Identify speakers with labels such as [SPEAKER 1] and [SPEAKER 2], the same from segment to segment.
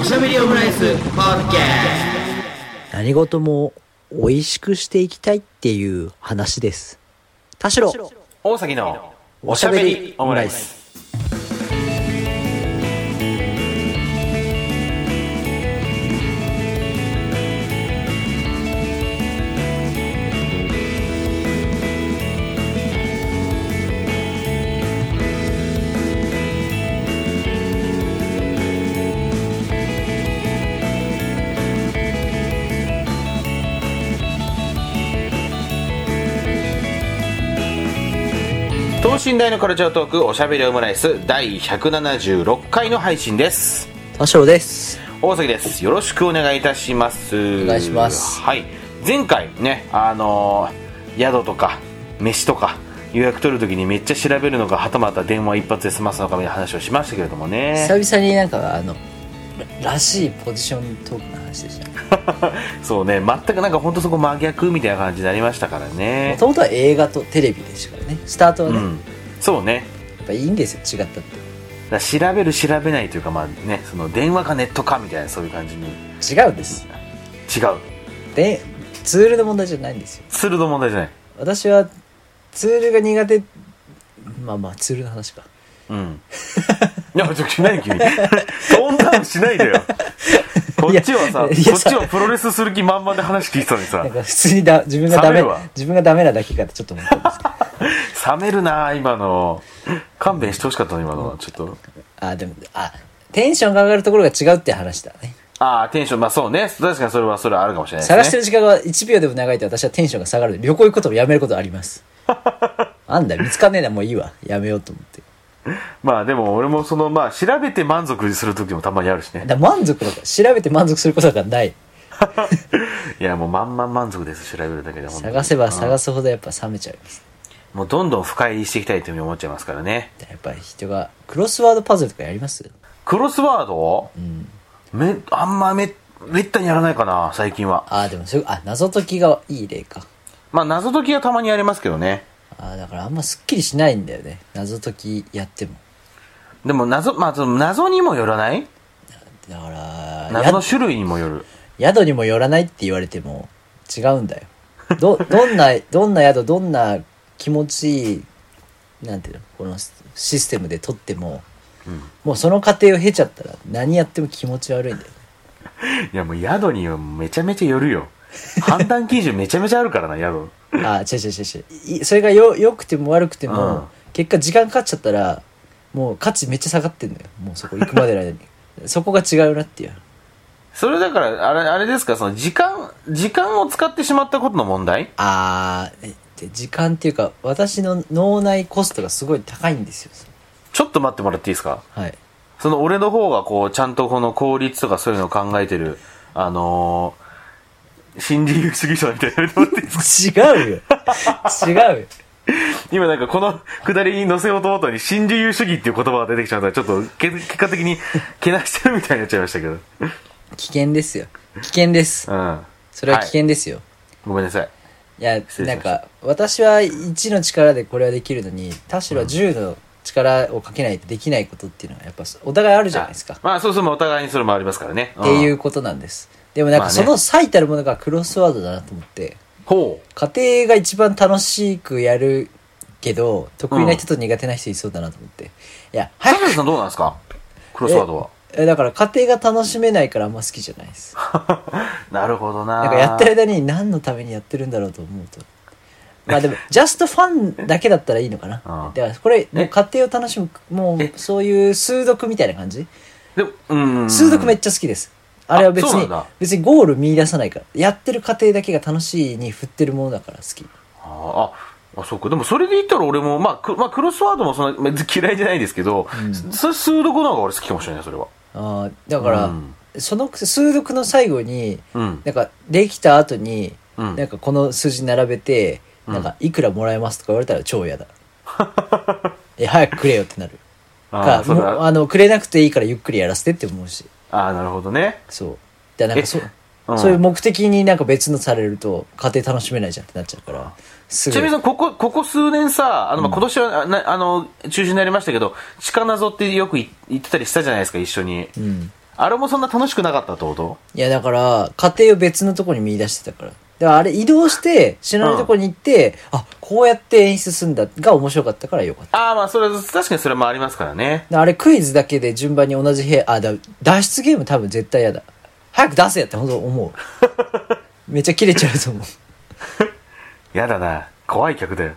[SPEAKER 1] おしゃべりオムライスポッドキャス
[SPEAKER 2] 何事も美味しくしていきたいっていう話です。田代、
[SPEAKER 3] 大崎の
[SPEAKER 2] お
[SPEAKER 3] お
[SPEAKER 2] し
[SPEAKER 3] し
[SPEAKER 2] ゃ
[SPEAKER 3] ゃ
[SPEAKER 2] べ
[SPEAKER 3] べ
[SPEAKER 2] り
[SPEAKER 3] り
[SPEAKER 2] オ
[SPEAKER 3] オ
[SPEAKER 2] ム
[SPEAKER 3] ム
[SPEAKER 2] ラ
[SPEAKER 3] ラ
[SPEAKER 2] イ
[SPEAKER 3] イ
[SPEAKER 2] ス
[SPEAKER 3] ス等身大のカルチャートークおしゃべりオムライス第176回の配信です
[SPEAKER 2] 田代です。
[SPEAKER 3] 大崎ですよろしくお願いいたします
[SPEAKER 2] お願いします
[SPEAKER 3] はい前回ねあのー宿とか飯とか予約取るときにめっちゃ調べるのかはたまた電話一発で済ますのかみたいな話をしましたけれどもね
[SPEAKER 2] 久々になんかあの、ららしいポジショントークの話でしたね。
[SPEAKER 3] そうね全くなんか本当そこ真逆みたいな感じになりましたから
[SPEAKER 2] も
[SPEAKER 3] ね
[SPEAKER 2] ともとは映画とテレビでしたからね。スタートは
[SPEAKER 3] う
[SPEAKER 2] ね、
[SPEAKER 3] んそうね
[SPEAKER 2] やっぱいいんですよ、違ったって。
[SPEAKER 3] だから調べる調べないというかまあねその電話かネットかみたいなそういう感じに違
[SPEAKER 2] 違うんです。
[SPEAKER 3] う
[SPEAKER 2] で、ツールの問題じゃないんですよ。
[SPEAKER 3] ツールの問題じゃない
[SPEAKER 2] 私はツールが苦手、まあまあツールの話か。
[SPEAKER 3] うん。いや、ちょ、しない君。トーンダウンしないでよ。こっちはさ、こ
[SPEAKER 2] いやいや
[SPEAKER 3] っちはプロレスする気満々で話聞いてたのに
[SPEAKER 2] な
[SPEAKER 3] さ
[SPEAKER 2] ん、か普通にだ自分がダメ
[SPEAKER 3] 冷めるわ、
[SPEAKER 2] 自分がダメなだけかってちょっと思ったんですけど。
[SPEAKER 3] 冷めるな今の。勘弁してほしかったの、今のは。ちょっと。
[SPEAKER 2] あ、でも、あ、テンションが上がるところが違うって話だね。
[SPEAKER 3] ああ、テンション、まあそうね。確かにそれは、それはあるかもしれないです
[SPEAKER 2] 探
[SPEAKER 3] ね。
[SPEAKER 2] してる時間が1秒でも長いと私はテンションが下がるので旅行行くこともやめることあり ます。あんだよ、見つかんねえな、もういいわ。やめようと思って。
[SPEAKER 3] まあでも、俺もその、まあ、調べて満足する時もたまにあるしね。
[SPEAKER 2] だから満足だから、調べて満足することがない。
[SPEAKER 3] いや、もう満々満足です。調べるだけで本当に
[SPEAKER 2] 探せば探すほどやっぱ冷めちゃいます。
[SPEAKER 3] もうどんどん深入りしていきたいというふうに思っちゃいますからね。
[SPEAKER 2] やっぱり人が、クロスワードパズルとかやります
[SPEAKER 3] クロスワード、
[SPEAKER 2] うん。
[SPEAKER 3] め、あんまめ、めったにやらないかな、最近は。
[SPEAKER 2] ああ、でもそういう、あ、謎解きがいい例か。
[SPEAKER 3] まあ謎解きはたまにやりますけどね
[SPEAKER 2] ああ、だからあんまスッキリしないんだよね。謎解きやっても。
[SPEAKER 3] でも謎,、まあ、その謎にもよらない
[SPEAKER 2] だから、
[SPEAKER 3] 謎の種類にもよる
[SPEAKER 2] 宿にも寄らないって言われても違うんだよどどんなどんな宿どんな気持ちいいなんていうのこのシステムで取っても、もうその過程を経ちゃったら何やっても気持ち悪いんだよね
[SPEAKER 3] いやもう宿にはめちゃめちゃよる よ判断基準めちゃめちゃあるからな宿
[SPEAKER 2] あ違う違う違う違ういそれがよ良くても悪くても、
[SPEAKER 3] うん
[SPEAKER 2] 結果時間かかっちゃったらもう価値めっちゃ下がってんだよもうそこ行くまでの間に そこが違うなっていう
[SPEAKER 3] それだからあれあれですかその時間時間を使ってしまったことの問題
[SPEAKER 2] あーえで時間っていうか私の脳内コストがすごい高いんですよ
[SPEAKER 3] ちょっと待ってもらっていいですか
[SPEAKER 2] はい
[SPEAKER 3] その俺の方がこうちゃんとこの効率とかそういうのを考えてるあのー、新自由主義者みたいなのやめてもらっていいですか
[SPEAKER 2] 違うよ違うよ
[SPEAKER 3] 今なんかこの くだりに乗せようと思ったのに新自由主義っていう言葉が出てきちゃったらちょっとけ結果的にけなしてるみたいになっちゃいましたけど
[SPEAKER 2] 危険ですよ危険です
[SPEAKER 3] うん。
[SPEAKER 2] それは危険ですよ、
[SPEAKER 3] ごめんなさい。
[SPEAKER 2] い、
[SPEAKER 3] 失
[SPEAKER 2] や
[SPEAKER 3] 礼し
[SPEAKER 2] なん
[SPEAKER 3] ました
[SPEAKER 2] か私は1の力でこれはできるのに田代は10の力をかけないとできないことっていうのはやっぱお互いあるじゃないですか、
[SPEAKER 3] まあそうそう、まあお互いにそれもありますからね。。
[SPEAKER 2] っていううんことなんですでもなん
[SPEAKER 3] ま
[SPEAKER 2] か
[SPEAKER 3] あね
[SPEAKER 2] その最たるものがクロスワードだなと思って
[SPEAKER 3] ほう。
[SPEAKER 2] 家庭が一番楽しくやるけど得意な人と苦手な人いそうだなと思って、いや
[SPEAKER 3] 田
[SPEAKER 2] 早く
[SPEAKER 3] 辺さんどうなんですかクロスワードは。
[SPEAKER 2] えだから家庭が楽しめないからあんま好きじゃないです
[SPEAKER 3] なるほどな。
[SPEAKER 2] なんかやってる間に何のためにやってるんだろうと思う と。まあでも、ジャストファンだけだったらいいのかな。
[SPEAKER 3] ああ
[SPEAKER 2] だからこれ、もう
[SPEAKER 3] ね
[SPEAKER 2] 家庭を楽しむ、も
[SPEAKER 3] え
[SPEAKER 2] うそういう数読みたいな感じ
[SPEAKER 3] でも、うん。
[SPEAKER 2] 数読めっちゃ好きです。あれは別
[SPEAKER 3] あそうな
[SPEAKER 2] に
[SPEAKER 3] んだ、
[SPEAKER 2] 別にゴール見出さないから。やってる過程だけが楽しいに振ってるものだから好き。
[SPEAKER 3] ああ、あそうか。でもそれで言ったら俺も、まあ、クまあ、クロスワードもそんな別に嫌いじゃないですけど、
[SPEAKER 2] ん
[SPEAKER 3] そ数読の方が俺好きかもしれない、それは。
[SPEAKER 2] ああだから、
[SPEAKER 3] うん
[SPEAKER 2] その数読の最後に、
[SPEAKER 3] うん。
[SPEAKER 2] なんかできた後に、
[SPEAKER 3] うん
[SPEAKER 2] なんかこの数字並べて、
[SPEAKER 3] うん
[SPEAKER 2] なんかいくらもらえますとか言われたら超嫌 だ。え、早くくれよってなる。
[SPEAKER 3] あ
[SPEAKER 2] か
[SPEAKER 3] あ、そ
[SPEAKER 2] も
[SPEAKER 3] れ
[SPEAKER 2] う
[SPEAKER 3] は。
[SPEAKER 2] あのくれなくていいからゆっくりやらせてって思うし
[SPEAKER 3] ああ、なるほどね。
[SPEAKER 2] そうだからなんかそ,、う
[SPEAKER 3] うん
[SPEAKER 2] そういう目的になんか別のされると家庭楽しめないじゃんってなっちゃうからす
[SPEAKER 3] ち
[SPEAKER 2] ぐ
[SPEAKER 3] なみにさここ、ここ数年さ、あの、まあ、今年は、あなあの、中止になりましたけど、地下謎ってよくい言ってたりしたじゃないですか、一緒に。
[SPEAKER 2] うん
[SPEAKER 3] あれもそんな楽しくなかったってこと
[SPEAKER 2] いや、だから、家庭を別のとこに見出してたから。だからあれ移動して、知らないとこに行って、あ、こうやって演出すんだが面白かったからよかった。だか
[SPEAKER 3] ああまあそれは確かにそれもありますからね
[SPEAKER 2] らあれクイズだけで順番に同じ部屋、あ、だ、脱出ゲーム多分絶対嫌だ。早く出せやって本当 思う。めっちゃ切れちゃうと思う。
[SPEAKER 3] やだな怖い客だよ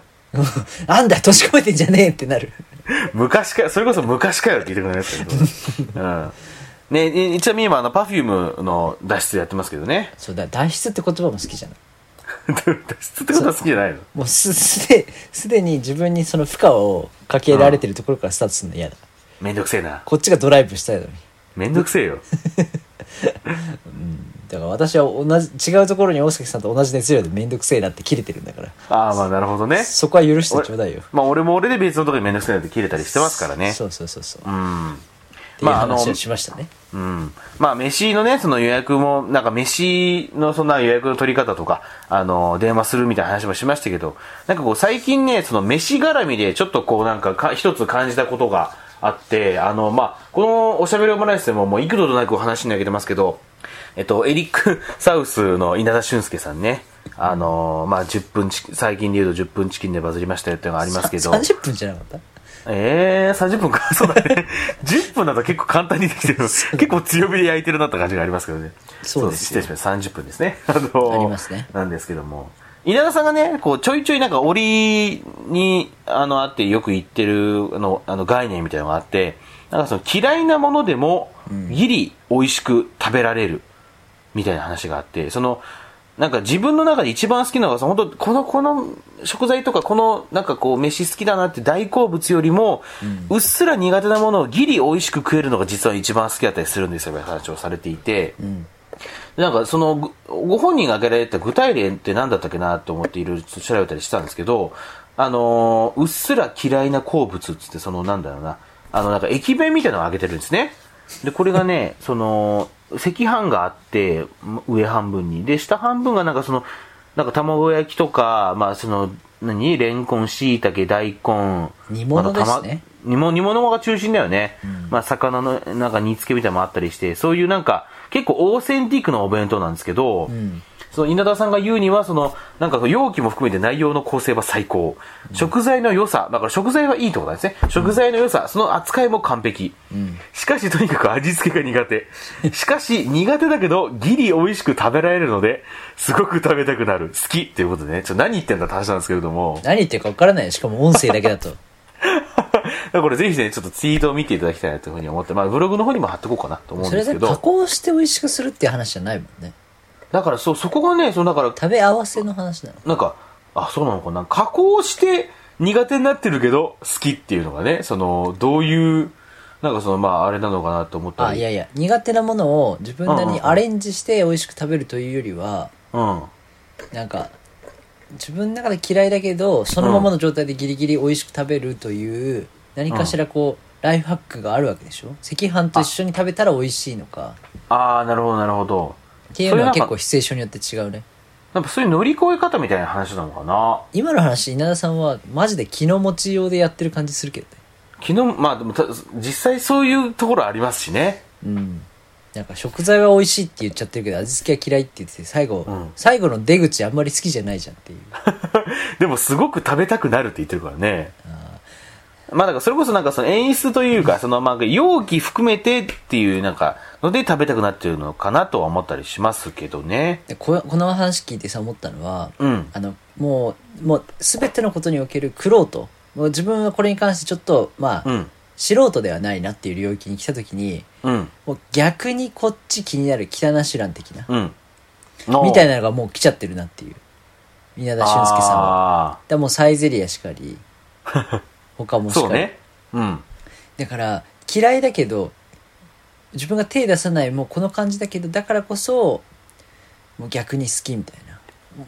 [SPEAKER 2] なんだよ、年越えてんじゃねえってなる。
[SPEAKER 3] 昔かそれこそ昔かよって言いたくなりますけど、うんね、いちなみに今あの Perfume の脱出やってますけどね
[SPEAKER 2] そうだ、脱出って言葉も好きじゃない。
[SPEAKER 3] 脱出ってことは好きじゃないの
[SPEAKER 2] もうす、すで、すでに自分にその負荷をかけられてるところからスタートするの嫌だ。
[SPEAKER 3] めんどくせえな
[SPEAKER 2] こっちがドライブしたいのに。
[SPEAKER 3] めんどくせえよ
[SPEAKER 2] だから私は同じ、違うところに大崎さんと同じ熱量でめんどくせえなって切れてるんだから。
[SPEAKER 3] ああまあなるほどね
[SPEAKER 2] そこは許してちょうだいよ。
[SPEAKER 3] まあ俺も俺で別のとこでめんどくせえなって切れたりしてますからね
[SPEAKER 2] そうそうそうそう。
[SPEAKER 3] う
[SPEAKER 2] っ
[SPEAKER 3] ん
[SPEAKER 2] ていう
[SPEAKER 3] まああの
[SPEAKER 2] 話をしましたね。
[SPEAKER 3] うん。まあ、飯のね、その予約も、なんか飯のそんな予約の取り方とか、あの、電話するみたいな話もしましたけど、なんかこう最近ね、その飯絡みでちょっとこうなんかか一つ感じたことがあって、あの、まあ、このおしゃべりオムライスでももう幾度となくお話にあげてますけど、えっと、エリック・ サウスの稲田俊介さんね、あの、まあ、10分チキン、最近で言うと10分チキンでバズりましたよっていうのがありますけど、
[SPEAKER 2] 30分じゃなかった
[SPEAKER 3] ええー、30分か。 そうだね。10分だと結構簡単にできてる。結構強火で焼いてるなって感じがありますけどね。
[SPEAKER 2] そうです
[SPEAKER 3] そ
[SPEAKER 2] よ
[SPEAKER 3] 失礼しました。30分ですね。あの
[SPEAKER 2] ありますね
[SPEAKER 3] なんですけども。稲田さんがね、こう、ちょいちょいなんか折に、あの、あってよく言ってる、あの、あの概念みたいなのがあって、なんかその嫌いなものでも、ギリ美味しく食べられる。みたいな話があって、その、なんか自分の中で一番好きなのがさ、本当この、この食材とか、この、なんかこう、飯好きだなって大好物よりも、うっすら苦手なものをギリ美味しく食えるのが実は一番好きだったりするんですよ、みたいな話をされていて、なんかその、ごご本人が挙げられた具体例って何だったっけなと思っていろいろちょっと調べたりしたんですけど、あのーうっすら嫌いな好物っつって、その、なんだろうな、あの、なんか駅弁みたいなのを挙げてるんですね。で、これ がね、その、赤飯があって、上半分に。で、下半分がなんかその、なんか卵焼きとか、まあその、何レンコン、椎茸、大根。
[SPEAKER 2] 煮物ですね
[SPEAKER 3] まあ煮物煮物が中心だよね。まあ魚のなんか煮付けみたいなのもあったりして、そういうなんか結構オーセンティックなお弁当なんですけど、その稲田さんが言うには、その、なんか容器も含めて内容の構成は最高。食材の良さ、だから食材はいいってことなんですね。食材の良さ、その扱いも完璧。しかしとにかく味付けが苦 手。しかし苦手だけど、ギリ美味しく食べられるので、すごく食べたくなる。好きっていうことでね、ちょっと何言ってんだって話なんですけれども。
[SPEAKER 2] 何言ってるか分からないよしかも音声だけだと。
[SPEAKER 3] これぜひね、ちょっとツイートを見ていただきたいなというふうに思って、まあブログの方にも貼っとこうかなと 思うん
[SPEAKER 2] そ
[SPEAKER 3] で
[SPEAKER 2] れ
[SPEAKER 3] す
[SPEAKER 2] で
[SPEAKER 3] け
[SPEAKER 2] 加
[SPEAKER 3] ど、
[SPEAKER 2] 工して美味しくするっていう話じゃないもんね。
[SPEAKER 3] だからそう、そこがね、そのだから、
[SPEAKER 2] 食べ合わせの話なの。
[SPEAKER 3] なんか、あ、そうなのかな、加工して苦手になってるけど好きっていうのがね、その、どういう、なんかその、まああれなのかなと思った
[SPEAKER 2] あ、
[SPEAKER 3] り。
[SPEAKER 2] いやいや、苦手なものを自分なり
[SPEAKER 3] うんうん
[SPEAKER 2] に
[SPEAKER 3] うん
[SPEAKER 2] アレンジして美味しく食べるというよりは、
[SPEAKER 3] うん。
[SPEAKER 2] なんか、自分の中で嫌いだけど、そのままの状態でギリギリ美味しく食べるという、何かしらこう、ライフハックがあるわけでしょ赤飯と一緒に食べたら美味しいのか。
[SPEAKER 3] ああ、なるほど、なるほど。
[SPEAKER 2] っていうのは結
[SPEAKER 3] それなん
[SPEAKER 2] 構
[SPEAKER 3] か
[SPEAKER 2] シチュエーションによって違うね。
[SPEAKER 3] やっぱそういう乗り越え方みたいな話なのかな。
[SPEAKER 2] 今の話、稲田さんはマジで気の持ちようでやってる感じするけどね。
[SPEAKER 3] 昨日、まあでもた、実際そういうところありますしね。
[SPEAKER 2] うん。なんか食材は美味しいって言っちゃってるけど味付けは嫌いって言ってて最後、
[SPEAKER 3] ん
[SPEAKER 2] 最後の出口あんまり好きじゃないじゃんっていう。
[SPEAKER 3] でもすごく食べたくなるって言ってるからね。まあだからそれこそなんかその演出というか、そのまあ容器含めてっていうなんかので食べたくなってるのかなとは思ったりしますけどね。
[SPEAKER 2] でここの話聞いてさ思ったのは、
[SPEAKER 3] うん
[SPEAKER 2] あのもうもう全てのことにおける苦労ともう自分はこれに関してちょっとまあ、
[SPEAKER 3] うん。
[SPEAKER 2] 素人ではないなっていう領域に来た時に
[SPEAKER 3] うん。
[SPEAKER 2] もう逆にこっち気になる汚しらん的な、
[SPEAKER 3] うん。
[SPEAKER 2] みたい
[SPEAKER 3] な
[SPEAKER 2] なのがもう来ちゃってるなっていう稲田俊介さんは。
[SPEAKER 3] は。
[SPEAKER 2] だからもうサイゼリアしか り他もし
[SPEAKER 3] そ
[SPEAKER 2] か
[SPEAKER 3] う
[SPEAKER 2] り、
[SPEAKER 3] ね。うん。
[SPEAKER 2] だから嫌いだけど自分が手出さないもうこの感じだけどだからこそもう逆に好きみたいな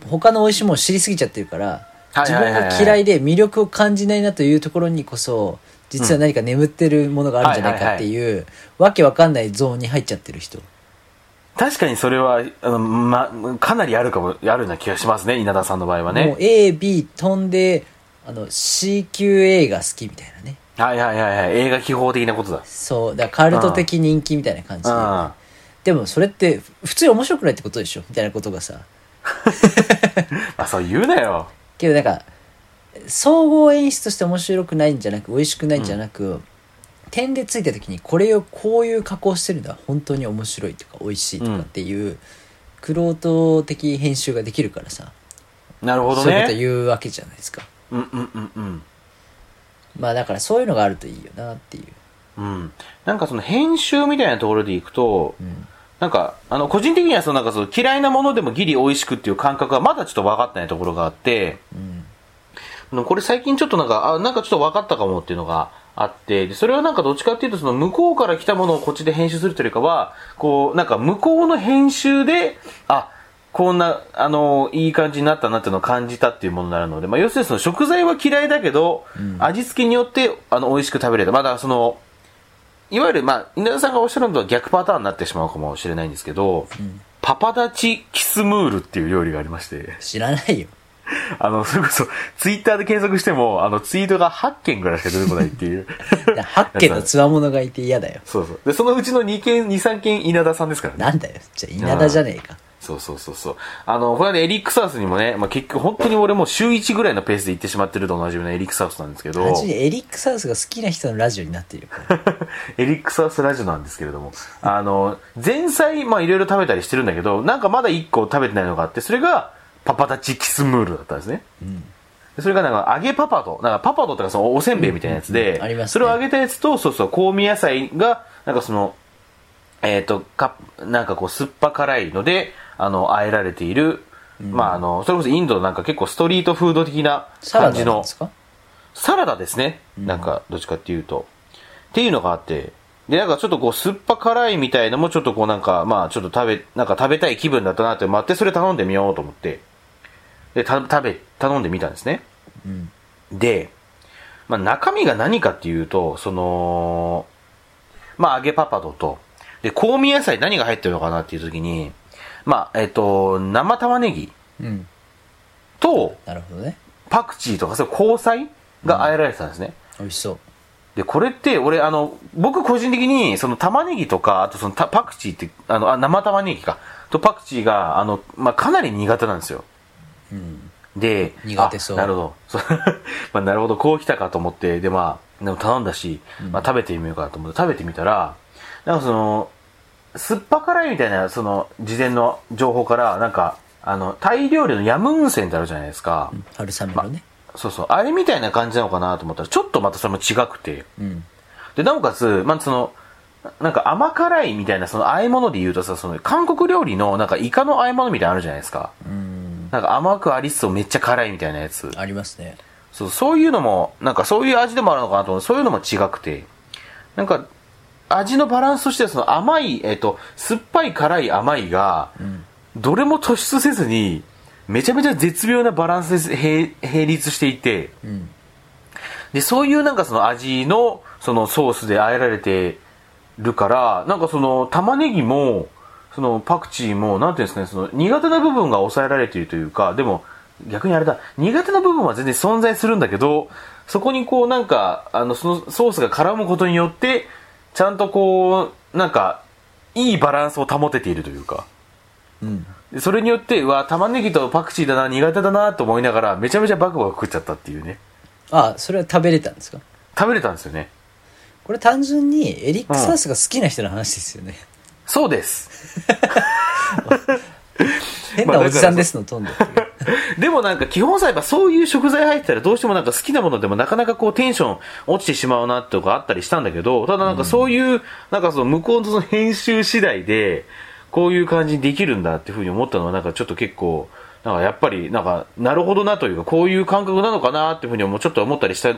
[SPEAKER 2] 他の美味しいもの知りすぎちゃってるから
[SPEAKER 3] はい
[SPEAKER 2] 自
[SPEAKER 3] はいは
[SPEAKER 2] 分
[SPEAKER 3] いはい
[SPEAKER 2] が嫌いで魅力を感じないなというところにこそ実は何か眠ってるものがあるんじゃないかっていうわけわかんないゾーンに入っちゃってる人
[SPEAKER 3] 確かにそれは、あの、ま、かなりあるかも、あるような気がしますね、稲田さんの場合は
[SPEAKER 2] もう
[SPEAKER 3] ね。
[SPEAKER 2] AB 飛んであの C 級 A が好きみたいなね
[SPEAKER 3] はいはいはいはい。映画秘宝的なことだ。
[SPEAKER 2] そうだからカルト的人気みたいな感じで
[SPEAKER 3] あ
[SPEAKER 2] でもそれって普通に面白くないってことでしょみたいなことがさ
[SPEAKER 3] あ。あ、そう言うなよ。
[SPEAKER 2] けどなんか総合演出として面白くないんじゃなく美味しくないんじゃなく、点でついた時にこれをこういう加工してるのは本当に面白いとか美味しいとかっていう、玄人的編集ができるからさ
[SPEAKER 3] なるほど
[SPEAKER 2] そういうこと
[SPEAKER 3] ね。
[SPEAKER 2] 言うわけじゃないですか
[SPEAKER 3] うんうんうんうん。
[SPEAKER 2] まあだからそういうのがあるといいよなっていう
[SPEAKER 3] うん。なんかその編集みたいなところでいくと、
[SPEAKER 2] ん
[SPEAKER 3] なんか、あの、個人的にはそのなんかその嫌いなものでもギリ美味しくっていう感覚がまだちょっと分かってないところがあって、
[SPEAKER 2] うん
[SPEAKER 3] うんこれ最近ちょっとなんか、あ、なんかちょっと分かったかもっていうのがあって、でそれはなんかどっちかっていうとその向こうから来たものをこっちで編集するというよりかは、こう、なんか向こうの編集で、あ、こんな、あの、いい感じになったなっていうのを感じたっていうものになるので、まあ要するにその食材は嫌いだけど、味付けによって、あの、美味しく食べれた。まあだからその、いわゆる、まあ、稲田さんがおっしゃるのとは逆パターンになってしまうかもしれないんですけど、パパダチキスムールっていう料理がありまして。
[SPEAKER 2] 知らないよ
[SPEAKER 3] あの、それこそ、ツイッターで検索しても、あの、ツイートが8件ぐらいしか出てこないっていう。
[SPEAKER 2] 8 件のつわものがいて嫌だよ
[SPEAKER 3] そうそう。で、そのうちの2件、2、3件稲田さんですからね。
[SPEAKER 2] なんだよじゃあ稲田じゃねえか
[SPEAKER 3] そうそうそうそう。あの、これはね、エリックサウスにもね、まあ、結局本当に俺もう週1ぐらいのペースで行ってしまってると同じようなエリックサウスなんですけど、
[SPEAKER 2] マジでエリック・サウスが好きな人のラジオになっているから
[SPEAKER 3] エリックサウスラジオなんですけれども、あの、前菜、まあ、いろいろ食べたりしてるんだけど、なんかまだ1個食べてないのがあって、それが、パパタチキスムールだったんですね。でそれがなんか揚げパパドなんかパパドとかそのおせんべいみたいなやつで、
[SPEAKER 2] うんありますね
[SPEAKER 3] それを揚げたやつとそうそう香味野菜がなんかそのえっ、とかなんかこう酸っぱ辛いのであの和えられている、まああのそれこそインドのなんか結構ストリートフード的な
[SPEAKER 2] サラ
[SPEAKER 3] 感
[SPEAKER 2] ダ
[SPEAKER 3] じ
[SPEAKER 2] なん
[SPEAKER 3] の
[SPEAKER 2] ですか
[SPEAKER 3] サラダですね、なんかどっちかっていうとっていうのがあってでなんかちょっとこう酸っぱ辛いみたいのもちょっとこうなんかまあちょっと食べなんか食べたい気分だったなって思ってそれ頼んでみようと思ってでた食べ頼んでみたんですね
[SPEAKER 2] うん
[SPEAKER 3] で、まあ、中身が何かっていうと、その、まあ、揚げパパドと、で、香味野菜何が入ってるのかなっていう時に、まあ、えっ、と、生玉ねぎ
[SPEAKER 2] うん
[SPEAKER 3] と、
[SPEAKER 2] なるほどね
[SPEAKER 3] パクチーとか、そういう香菜が和えられてたんですね。
[SPEAKER 2] 美味しそう
[SPEAKER 3] で、これって、俺、あの、僕個人的に、その玉ねぎとか、あとそのたパクチーって、あの、あ生玉ねぎか、とパクチーが、あの、まあ、かなり苦手なんですよ。
[SPEAKER 2] うん
[SPEAKER 3] で、
[SPEAKER 2] 苦手そう
[SPEAKER 3] あなるほど。そう まあ、なるほど、こう来たかと思って、で、まあ、でも頼んだし、まあ、食べてみようかなと思って、食べてみたら、なんかその、酸っぱ辛いみたいな、その、事前の情報から、なんか、あの、タイ料理のヤムウンセンってあるじゃないですか。
[SPEAKER 2] 春雨のね、
[SPEAKER 3] そうそう。あれみたいな感じなのかなと思ったら、ちょっとまたそれも違くて。
[SPEAKER 2] うん
[SPEAKER 3] で、なおかつ、まあ、その、なんか甘辛いみたいな、その和え物で言うとさ、その、韓国料理の、なんかイカの和え物みたいなのあるじゃないですか。
[SPEAKER 2] うん
[SPEAKER 3] なんか甘くありそうめっちゃ辛いみたいなやつ。
[SPEAKER 2] ありますね
[SPEAKER 3] そう、そういうのも、なんかそういう味でもあるのかなと思う。そういうのも違くて。なんか、味のバランスとしてはその甘い、えっと、酸っぱい辛い甘いが、どれも突出せずに、めちゃめちゃ絶妙なバランスで並並立していて、
[SPEAKER 2] ん
[SPEAKER 3] で、そういうなんかその味の、そのソースで和えられてるから、なんかその玉ねぎも、そのパクチーも、なんていうんですかね、その苦手な部分が抑えられているというか、でも逆にあれだ、苦手な部分は全然存在するんだけど、そこにこうなんか、あの、そのソースが絡むことによって、ちゃんとこう、なんか、いいバランスを保てているというか。
[SPEAKER 2] うん
[SPEAKER 3] でそれによって、うわ、玉ねぎとパクチーだな、苦手だな、と思いながら、めちゃめちゃバクバク食っちゃったっていうね。
[SPEAKER 2] あそれは食べれたんですか
[SPEAKER 3] 食べれたんですよね。
[SPEAKER 2] これ単純にエリック・サウスが好きな人の話ですよね、
[SPEAKER 3] そうです。
[SPEAKER 2] 変なおじさんですの飛んでる
[SPEAKER 3] でもなんか基本さ、やっぱそういう食材入ってたらどうしてもなんか好きなものでもなかなかこうテンション落ちてしまうなとかあったりしたんだけど、ただなんかそういう、なんかその向こうのその編集次第で、こういう感じにできるんだっていうふうに思ったのはなんかちょっと結構、なんかやっぱりなんかなるほどなというか、こういう感覚なのかなっていうふうにもちょっと思ったりした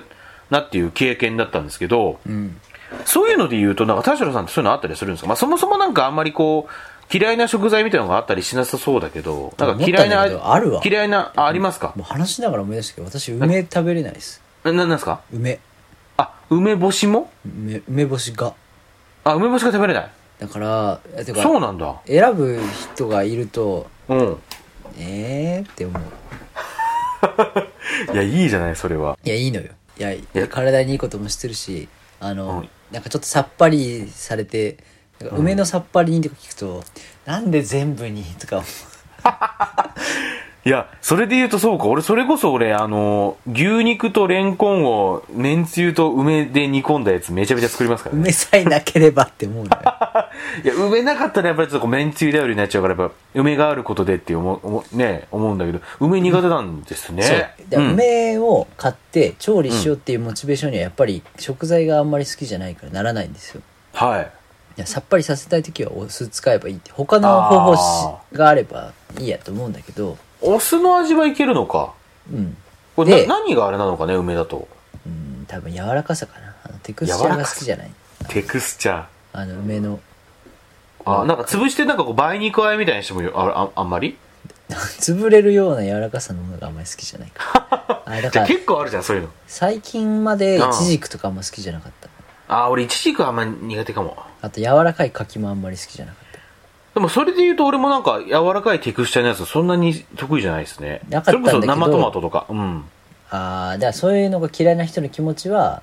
[SPEAKER 3] なっていう経験だったんですけど、
[SPEAKER 2] うん
[SPEAKER 3] そういうので言うと、なんか田代さんってそういうのあったりするんですかまあそもそもなんかあんまりこう、嫌いな食材みたいなのがあったりしなさそうだけど、なんか嫌いな
[SPEAKER 2] 思ったんだけどあるわ
[SPEAKER 3] 嫌いな、あ、ありますか
[SPEAKER 2] もう話しながら思い出したけど私梅食べれない です
[SPEAKER 3] な、なんですか
[SPEAKER 2] 梅
[SPEAKER 3] あ、梅干しも
[SPEAKER 2] 梅梅干しが
[SPEAKER 3] あ、梅干しが食べれない。
[SPEAKER 2] だからえてか
[SPEAKER 3] そうなんだ。
[SPEAKER 2] 選ぶ人がいると
[SPEAKER 3] うん。
[SPEAKER 2] えーって思う
[SPEAKER 3] いや、いいじゃない、それは。
[SPEAKER 2] いやいいのよいや
[SPEAKER 3] や
[SPEAKER 2] 体にいいこともしてるしあの、
[SPEAKER 3] うん
[SPEAKER 2] なんかちょっとさっぱりされてなんか梅のさっぱりにとか聞くと、なんで全部にとか思う
[SPEAKER 3] いや、それで言うとそうか。俺、それこそ俺、あの、牛肉とレンコンを、めんつゆと梅で煮込んだやつめちゃめちゃ作りますからね。
[SPEAKER 2] 梅さえなければって思うのよ
[SPEAKER 3] いや、梅なかったらやっぱりちょっとこう、めんつゆ頼りになっちゃうから、やっぱ、梅があることでって思う、思うね、思うんだけど、梅苦手なんですね。
[SPEAKER 2] そうで
[SPEAKER 3] うん
[SPEAKER 2] 梅を買って調理しようっていうモチベーションにはやっぱり食材があんまり好きじゃないからならないんですよ
[SPEAKER 3] はい。
[SPEAKER 2] いやさっぱりさせたい時はお酢使えばいいって他の方法し
[SPEAKER 3] あ
[SPEAKER 2] があればいいやと思うんだけど
[SPEAKER 3] お酢の味はいけるのか。
[SPEAKER 2] うん
[SPEAKER 3] これ
[SPEAKER 2] で
[SPEAKER 3] な、何があれなのかね、梅だと。
[SPEAKER 2] うん多分柔らかさかなあのテクスチャーが好きじゃない
[SPEAKER 3] テクスチャー。
[SPEAKER 2] あの梅の
[SPEAKER 3] あ、なんか潰してなんかこう、梅肉和えみたいにしてもよ、あ、ああんまり
[SPEAKER 2] 潰れるような柔らかさのものがあんまり好きじゃないから あれだ
[SPEAKER 3] じゃ
[SPEAKER 2] から
[SPEAKER 3] あ結構あるじゃん、そういうの。
[SPEAKER 2] 最近までイ
[SPEAKER 3] うん
[SPEAKER 2] チジクとかあんま好きじゃなかった
[SPEAKER 3] あ、俺、イチジクはあんま苦手かも。
[SPEAKER 2] あと柔らかい柿もあんまり好きじゃなかった
[SPEAKER 3] でもそれで言うと俺もなんか柔らかいテクスチャーのやつそんなに得意じゃないですね。
[SPEAKER 2] なかったんだけど
[SPEAKER 3] それこそ生トマトとか。うん。
[SPEAKER 2] ああだからそういうのが嫌いな人の気持ちは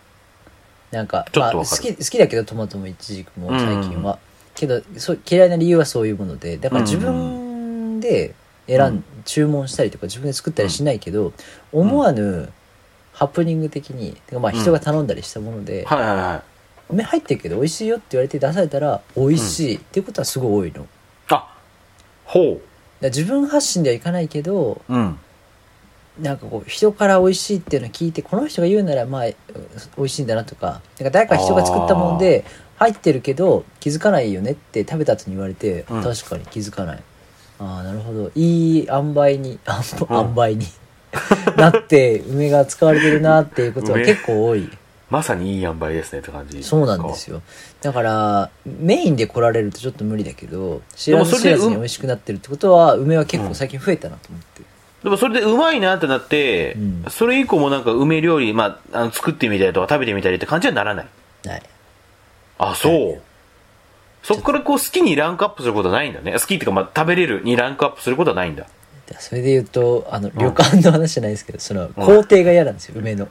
[SPEAKER 2] なんか
[SPEAKER 3] ちょっと
[SPEAKER 2] ま
[SPEAKER 3] わ
[SPEAKER 2] あ、
[SPEAKER 3] か
[SPEAKER 2] 好
[SPEAKER 3] る
[SPEAKER 2] き好きだけどトマトもイチジクも最近は、けどそう嫌いな理由はそういうものでだから自分で選ん、
[SPEAKER 3] うん
[SPEAKER 2] 注文したりとか自分で作ったりしないけど、思わぬハプニング的にてかまあ
[SPEAKER 3] うん
[SPEAKER 2] 人が頼んだりしたもので、
[SPEAKER 3] はいはいはい。
[SPEAKER 2] 梅入ってるけど美味しいよって言われて出されたら美味しい、っていうことはすごい多いのだか
[SPEAKER 3] あ、ほ
[SPEAKER 2] ら自分発信ではいかないけど
[SPEAKER 3] う。うん。
[SPEAKER 2] なんかこう人から美味しいっていうのを聞いてこの人が言うならまあうん美味しいんだなとかなんか誰か人が作ったもんで入ってるけど気づかないよねって食べた後に言われて、
[SPEAKER 3] うん
[SPEAKER 2] 確かに気づかないああなるほどいい塩梅に あん
[SPEAKER 3] うん
[SPEAKER 2] 塩梅に なって梅が使われてるなっていうことは
[SPEAKER 3] 梅
[SPEAKER 2] 結構多い
[SPEAKER 3] まさにいい塩梅ですねって感じ。
[SPEAKER 2] そうなんです
[SPEAKER 3] よ。
[SPEAKER 2] よだからメインで来られるとちょっと無理だけど知ら
[SPEAKER 3] でも
[SPEAKER 2] ず
[SPEAKER 3] そ
[SPEAKER 2] 知
[SPEAKER 3] れで
[SPEAKER 2] らずに美味しくなってるってことは梅は結構最近増えたなと思って、
[SPEAKER 3] でもそれでうまいなってなって、
[SPEAKER 2] うん
[SPEAKER 3] それ以降もなんか梅料理、まあ、あの作ってみたりとか食べてみたりって感じはならない。
[SPEAKER 2] ない
[SPEAKER 3] あ、そう。そっからこう好きにランクアップすることはないんだね。好きっていうかまあ食べれるにランクアップすることはないんだ。
[SPEAKER 2] いやそれで言うとあの旅館の話じゃないですけど、その工程が嫌なんですよ、梅の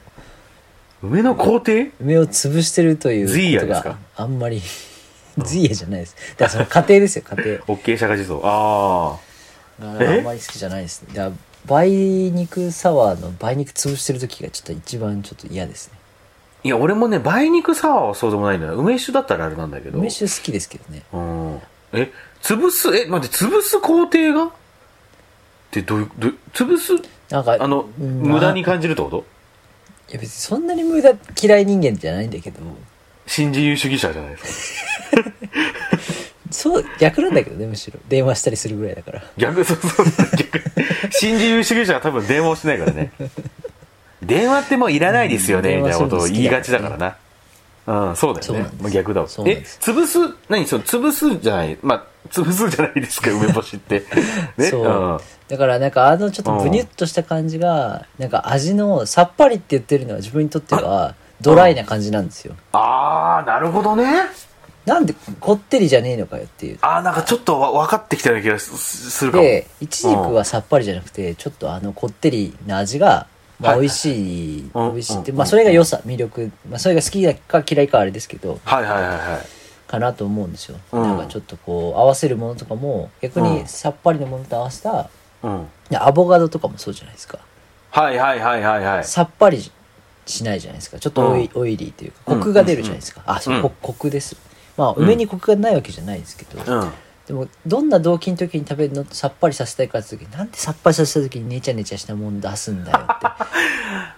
[SPEAKER 3] 梅の工程
[SPEAKER 2] 梅を潰してるという
[SPEAKER 3] ズイヤ
[SPEAKER 2] こと
[SPEAKER 3] です
[SPEAKER 2] が
[SPEAKER 3] か
[SPEAKER 2] あんまりズイヤじゃないですだからその家庭ですよ家庭
[SPEAKER 3] ?OK 社会実装。あ
[SPEAKER 2] だからあんまり好きじゃないですねだから梅肉サワーの梅肉潰してる時がちょっと一番ちょっと嫌ですね
[SPEAKER 3] あ。いや、俺もね、梅肉サワーはそうでもないんだよ。梅酒だったらあれなんだけど。
[SPEAKER 2] 梅酒好きですけどね
[SPEAKER 3] うん。え、潰す、え、待って、潰す工程がってどういう、どういう潰す、
[SPEAKER 2] なんか
[SPEAKER 3] あの、
[SPEAKER 2] うん
[SPEAKER 3] 無駄に
[SPEAKER 2] まあ
[SPEAKER 3] 感じるってこと
[SPEAKER 2] いや別にそんなに無駄嫌い人間じゃないんだけど
[SPEAKER 3] 新自由主義者じゃないですか。
[SPEAKER 2] そう逆なんだけどねむしろ電話したりするぐらいだから
[SPEAKER 3] 逆、そうそうそう、逆。新自由主義者は多分電話をしないからね。電話ってもういらないですよ
[SPEAKER 2] う
[SPEAKER 3] ね、
[SPEAKER 2] ん
[SPEAKER 3] みたいなことを言いがちだ
[SPEAKER 2] 電話するの好
[SPEAKER 3] から
[SPEAKER 2] き
[SPEAKER 3] な。うん、そうだよ
[SPEAKER 2] そう
[SPEAKER 3] ね。
[SPEAKER 2] なんです
[SPEAKER 3] まあ逆だわ。
[SPEAKER 2] そうなん
[SPEAKER 3] え
[SPEAKER 2] で、す
[SPEAKER 3] 潰す、何その、潰すじゃない、まあ、潰すじゃないですか、 梅干しって。ね。
[SPEAKER 2] そう、
[SPEAKER 3] ん
[SPEAKER 2] だからなんかあのちょっとブニュッとした感じが、なんか味のさっぱりって言ってるのは自分にとってはドライな感じなんですよ、
[SPEAKER 3] あー、なるほどね。
[SPEAKER 2] なんでこってりじゃねえのかよっていう
[SPEAKER 3] あー、なんかちょっとわ分かってきたような気がすするかも。
[SPEAKER 2] でイチジクはさっぱりじゃなくてちょっとあのこってりな味が、まあ、
[SPEAKER 3] はい
[SPEAKER 2] 美味しい、
[SPEAKER 3] うん
[SPEAKER 2] 美味しいって、
[SPEAKER 3] うん
[SPEAKER 2] まあ、それが良さ魅力、まあ、それが好きだか嫌いかはあれですけど
[SPEAKER 3] はいはいはいはい。
[SPEAKER 2] かなと思うんですよ、
[SPEAKER 3] うん
[SPEAKER 2] なんかちょっとこう合わせるものとかも逆
[SPEAKER 3] うん
[SPEAKER 2] にさっぱりのものと合わせた、
[SPEAKER 3] うん。
[SPEAKER 2] でアボカドとかもそうじゃないですか
[SPEAKER 3] はいはいはいはいはい。
[SPEAKER 2] さっぱりしないじゃないですかちょっとオイ,、オイリーというか
[SPEAKER 3] うん
[SPEAKER 2] コクが出るじゃないですか、あそううんココクですまあ梅にコクがないわけじゃないですけど、
[SPEAKER 3] うん。
[SPEAKER 2] でもどんな動機の時に食べるのとさっぱりさせたいからって時なんでさっぱりさせた時にネチャネチャしたもん出すんだよっ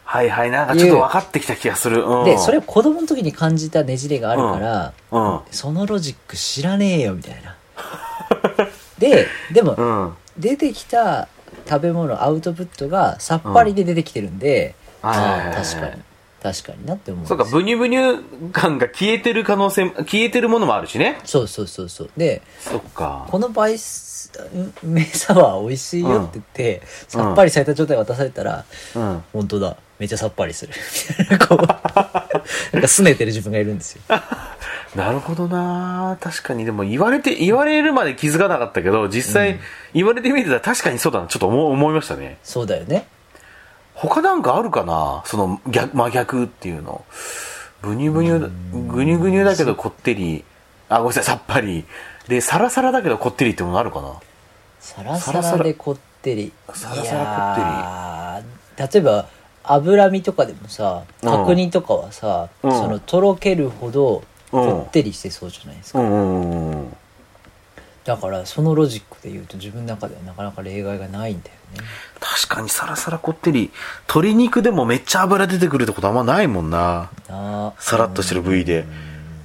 [SPEAKER 3] はいはい。なんかちょっと分かってきた気がする。うん。
[SPEAKER 2] てでそれを子供の時に感じたねじれがあるから、
[SPEAKER 3] うん。
[SPEAKER 2] そのロジック知らねえよみたいなででも、
[SPEAKER 3] うん。
[SPEAKER 2] 出てきた食べ物アウトプットがさっぱりで出てきてるんで、
[SPEAKER 3] うんはいはい
[SPEAKER 2] あ
[SPEAKER 3] はい
[SPEAKER 2] あ
[SPEAKER 3] はい
[SPEAKER 2] 確かに確かになって思うんです
[SPEAKER 3] そうか、ブニュブニュ感が消えてる可能性、消えてるものもあるしね。
[SPEAKER 2] そうそうそうそうで
[SPEAKER 3] そっか。
[SPEAKER 2] このバイスメサワー美味しいよって言って、さっぱりされた状態渡されたら、
[SPEAKER 3] うん。
[SPEAKER 2] 本当だめっちゃさっぱりする こうなんか拗ねてる自分がいるんですよ
[SPEAKER 3] なるほどな確かに。でも言われて、言われるまで気づかなかったけど、実際、言われてみてたら確かにそうだな。ちょっと思う思いましたね。
[SPEAKER 2] そうだよね
[SPEAKER 3] 他なんかあるかなその逆、真逆っていうの。ブニュブニュだ、ぐにゅぐにゅだけどこってり。あ、ごめんなさい、さっぱり。で、サラサラだけどこってりってものあるかな
[SPEAKER 2] サラサラでこってり
[SPEAKER 3] サラサラ
[SPEAKER 2] こってり例えば脂身とかでもさ
[SPEAKER 3] うん
[SPEAKER 2] 角煮とかはさ、
[SPEAKER 3] うん
[SPEAKER 2] そのとろけるほどこってりしてそうじゃないですか、
[SPEAKER 3] うんうんうんうんうん。
[SPEAKER 2] だからそのロジックで言うと自分の中ではなかなか例外がないんだよね
[SPEAKER 3] 確かにサラサラこってり。鶏肉でもめっちゃ脂出てくるってことあんまないもんな。
[SPEAKER 2] なあ
[SPEAKER 3] さらっとしてる部位で
[SPEAKER 2] うん。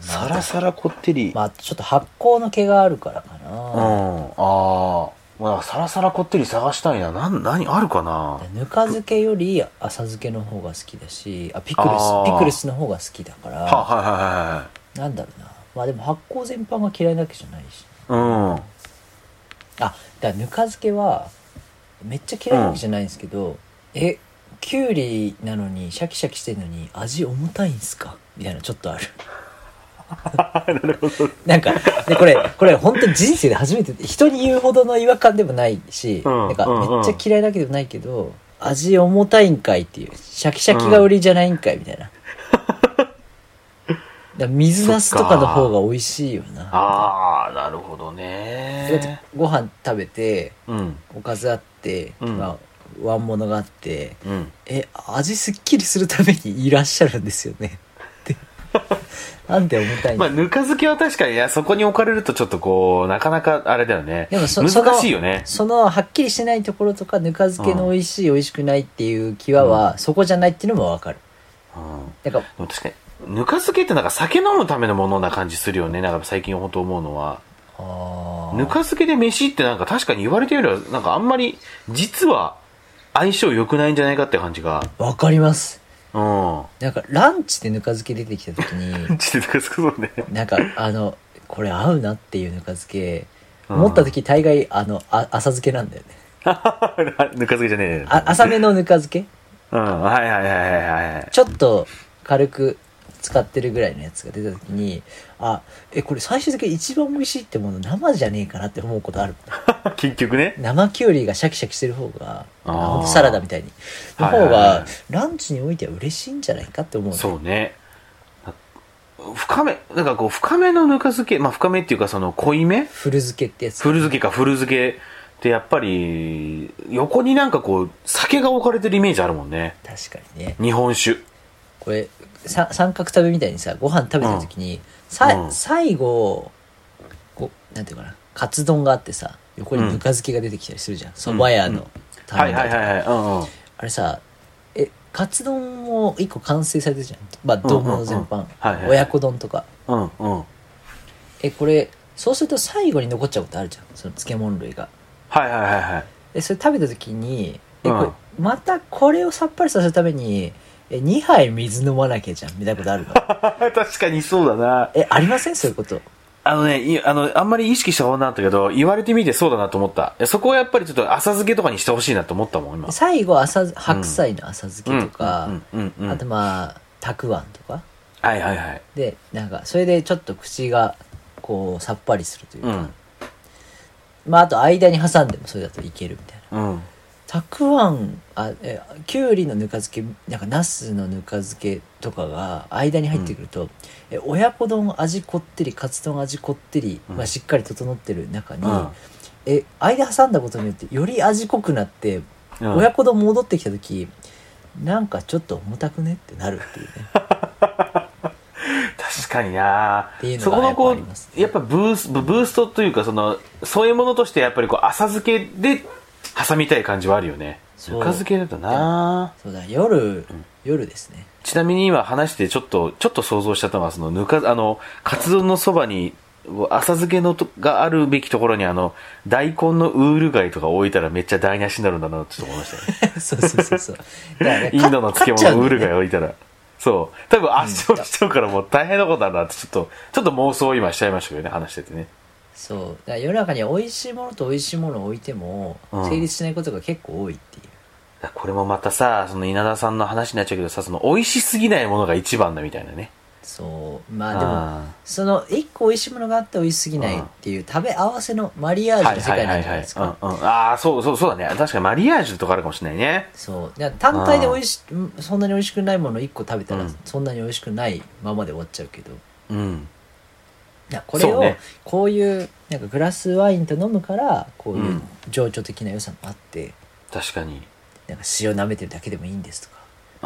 [SPEAKER 3] サラサラこってり。
[SPEAKER 2] まあちょっと発酵の毛があるからか
[SPEAKER 3] うん。
[SPEAKER 2] な、
[SPEAKER 3] ああ。まあ、サラサラこってり探したいな。なん、何あるかな
[SPEAKER 2] ぬか漬けより浅漬けの方が好きだしあピクルス
[SPEAKER 3] あー
[SPEAKER 2] ピクルスの方が好きだか
[SPEAKER 3] は
[SPEAKER 2] ら
[SPEAKER 3] あはいはいはいはい。
[SPEAKER 2] なんだろうなまあでも発酵全般が嫌いなわけじゃないし
[SPEAKER 3] うん。
[SPEAKER 2] あだからぬか漬けはめっちゃ嫌いなわけじゃないんですけど、えきゅうりなのにシャキシャキしてるのに味重たいんすかみたいなちょっとある なるほどなんかでこれこれ本当に人生で初めて人に言うほどの違和感でもないし、
[SPEAKER 3] うん
[SPEAKER 2] なんか
[SPEAKER 3] うんうん
[SPEAKER 2] めっちゃ嫌いだけでもないけど、味重たいんかいっていうシャキシャキが売りじゃないんかいみたいな、 だから水なすとかの方が美味しいよな
[SPEAKER 3] ああ、なるほど
[SPEAKER 2] だって
[SPEAKER 3] ね。
[SPEAKER 2] ご飯食べて
[SPEAKER 3] うん。
[SPEAKER 2] おかずあって、
[SPEAKER 3] うん
[SPEAKER 2] まあ、ワンモノがあって
[SPEAKER 3] うん。
[SPEAKER 2] え味すっきりするためにい らっしゃるんですよね ってなんで重たいん
[SPEAKER 3] ま
[SPEAKER 2] だ、
[SPEAKER 3] あ、ぬか漬けは確かに、いや、そこに置かれるとちょっとこう、なかなかあれだよね。
[SPEAKER 2] でもそ
[SPEAKER 3] 難しいよね。
[SPEAKER 2] そのはっきりしてないところとかぬか漬けの美味しい、美味しくないっていう際は、そこじゃないっていうのもわかる
[SPEAKER 3] うん。
[SPEAKER 2] だから
[SPEAKER 3] でも確かに、ぬか漬けってなんか酒飲むためのものな感じするよね。なんか最近本当思うのは。
[SPEAKER 2] あー
[SPEAKER 3] ぬか漬けで飯ってなんか確かに言われてるよりは、なんかあんまり、実は相性良くないんじゃないかって感じが。
[SPEAKER 2] わかります
[SPEAKER 3] うん。
[SPEAKER 2] なんかランチでぬか漬け出てきた時 に
[SPEAKER 3] ちょっとぬか漬けそうね。
[SPEAKER 2] なんかあのこれ合うなっていうぬか漬け持った時大概あのあ浅漬けなんだよね
[SPEAKER 3] ぬか漬けじゃねえ よ。
[SPEAKER 2] あ浅めのぬか漬け
[SPEAKER 3] うん。はいはいはいはいはい。
[SPEAKER 2] ちょっと軽く使ってるぐらいのやつが出た時にあえこれ最終的に一番美味しいってもの生じゃねえかなって思うことある
[SPEAKER 3] 結局ね。
[SPEAKER 2] 生きゅうりがシャキシャキしてる方が
[SPEAKER 3] あー
[SPEAKER 2] ほんとサラダみたいにの
[SPEAKER 3] は
[SPEAKER 2] 方
[SPEAKER 3] いはいはいは
[SPEAKER 2] が
[SPEAKER 3] い
[SPEAKER 2] ランチにおいては嬉しいんじゃないかって思う
[SPEAKER 3] そうね。深め、なんかこう、深めのぬか漬け、まあ深めっていうかその濃いめ
[SPEAKER 2] 古漬けってやつ
[SPEAKER 3] 古漬けか古漬けってやっぱり、横になんかこう、酒が置かれてるイメージあるもんね。
[SPEAKER 2] 確かにね
[SPEAKER 3] 日本酒。
[SPEAKER 2] これさ三角食べみたいにさご飯食べた時に、さ
[SPEAKER 3] うん
[SPEAKER 2] 最後こうなんていうかなカツ丼があってさ横にぬか漬けが出てきたりするじゃん、そば屋の、
[SPEAKER 3] は
[SPEAKER 2] 頼
[SPEAKER 3] い
[SPEAKER 2] んだ
[SPEAKER 3] はい
[SPEAKER 2] りとか
[SPEAKER 3] はいはい。うんうん。
[SPEAKER 2] あれさえカツ丼も一個完成されてるじゃんまあ丼物全
[SPEAKER 3] うんうんう
[SPEAKER 2] 般
[SPEAKER 3] んはいはい
[SPEAKER 2] 親子丼とか
[SPEAKER 3] うんうん。はい
[SPEAKER 2] えこれそうすると最後に残っちゃうことあるじゃんその漬物類が
[SPEAKER 3] はいはいはい。
[SPEAKER 2] えそれ食べた時にえこれ、
[SPEAKER 3] うん
[SPEAKER 2] またこれをさっぱりさせるためにえ2杯水飲まなきゃじゃんみたいなことあるから
[SPEAKER 3] 確かにそうだな。
[SPEAKER 2] えありませんそういうこと
[SPEAKER 3] あのね、いあの、あんまり意識した方がなかったけど、言われてみてそうだなと思った。いやそこはやっぱりちょっと浅漬けとかにしてほしいなと思ったもん、今。
[SPEAKER 2] 最後浅漬白菜の浅漬
[SPEAKER 3] うん
[SPEAKER 2] けとか、
[SPEAKER 3] うんうんうんうん
[SPEAKER 2] あとまあたくあんとか
[SPEAKER 3] はいはいはい。
[SPEAKER 2] でなんかそれでちょっと口がこうさっぱりするという
[SPEAKER 3] う
[SPEAKER 2] か、
[SPEAKER 3] ん。
[SPEAKER 2] まああと間に挟んでもそれだといけるみたいな
[SPEAKER 3] うん。
[SPEAKER 2] たくあんあえきゅうりのぬか漬けなんかなすのぬか漬けとかが間に入ってくると、え親子丼味こってりカツ丼味こってり、
[SPEAKER 3] うん
[SPEAKER 2] まあ、しっかり整ってる中に、
[SPEAKER 3] うん
[SPEAKER 2] え間挟んだことによってより味濃くなって、
[SPEAKER 3] うん
[SPEAKER 2] 親子丼戻ってきた時なんかちょっと重たくねってなるっていうね
[SPEAKER 3] 確かにな
[SPEAKER 2] ていうの
[SPEAKER 3] そ
[SPEAKER 2] がやっぱあ
[SPEAKER 3] このこ
[SPEAKER 2] ります
[SPEAKER 3] うやっぱブースブブーストというかそのそういうものとしてやっぱりこう浅漬けで挟みたい感じはあるよね
[SPEAKER 2] そ
[SPEAKER 3] ぬ
[SPEAKER 2] う
[SPEAKER 3] か漬けだとな
[SPEAKER 2] そうだ夜、夜ですね
[SPEAKER 3] ちなみに今話してちょっとちょっと想像しちゃったのはそのぬかあのカツ丼のそばに浅漬けのとがあるべきところにあの大根のウール貝とか置いたらめっちゃ台無しになるんだなってちょっと思いま したね
[SPEAKER 2] そうそうそうそうだからね
[SPEAKER 3] インドの
[SPEAKER 2] か
[SPEAKER 3] 漬
[SPEAKER 2] 勝っちゃう
[SPEAKER 3] 物
[SPEAKER 2] ん
[SPEAKER 3] ウ
[SPEAKER 2] だ
[SPEAKER 3] ー
[SPEAKER 2] よね
[SPEAKER 3] ル貝置いたらそう多分圧勝しちゃうからもう大変なことだなってちょっとちょっと妄想を今しちゃいましたけどね話しててね
[SPEAKER 2] そうだから世の中には美味しいものと美味しいものを置いても
[SPEAKER 3] うん
[SPEAKER 2] 成立しないことが結構多いっていう、
[SPEAKER 3] これもまたさ、その稲田さんの話になっちゃうけどさ、その美味しすぎないものが一番だみたいなね。
[SPEAKER 2] そうまあでも
[SPEAKER 3] あ
[SPEAKER 2] その一個美味しいものがあって美味しすぎないっていう食べ合わせのマリアージュの世界なんじゃないですか
[SPEAKER 3] うんうん、ああ、そうそうそうだね。確かにマリアージュとかあるかもしれないね。
[SPEAKER 2] そうだから単体で美味しうんそんなに美味しくないもの一個食べた
[SPEAKER 3] う
[SPEAKER 2] ら
[SPEAKER 3] ん
[SPEAKER 2] そんなに美味しくないままで終わっちゃうけど、
[SPEAKER 3] うん。
[SPEAKER 2] いやこれ
[SPEAKER 3] そう
[SPEAKER 2] を
[SPEAKER 3] ね
[SPEAKER 2] こういうなんかグラスワインと飲むからこういううん情緒的な良さもあって
[SPEAKER 3] 確かに。
[SPEAKER 2] なんか塩舐めてるだけでもいいんですと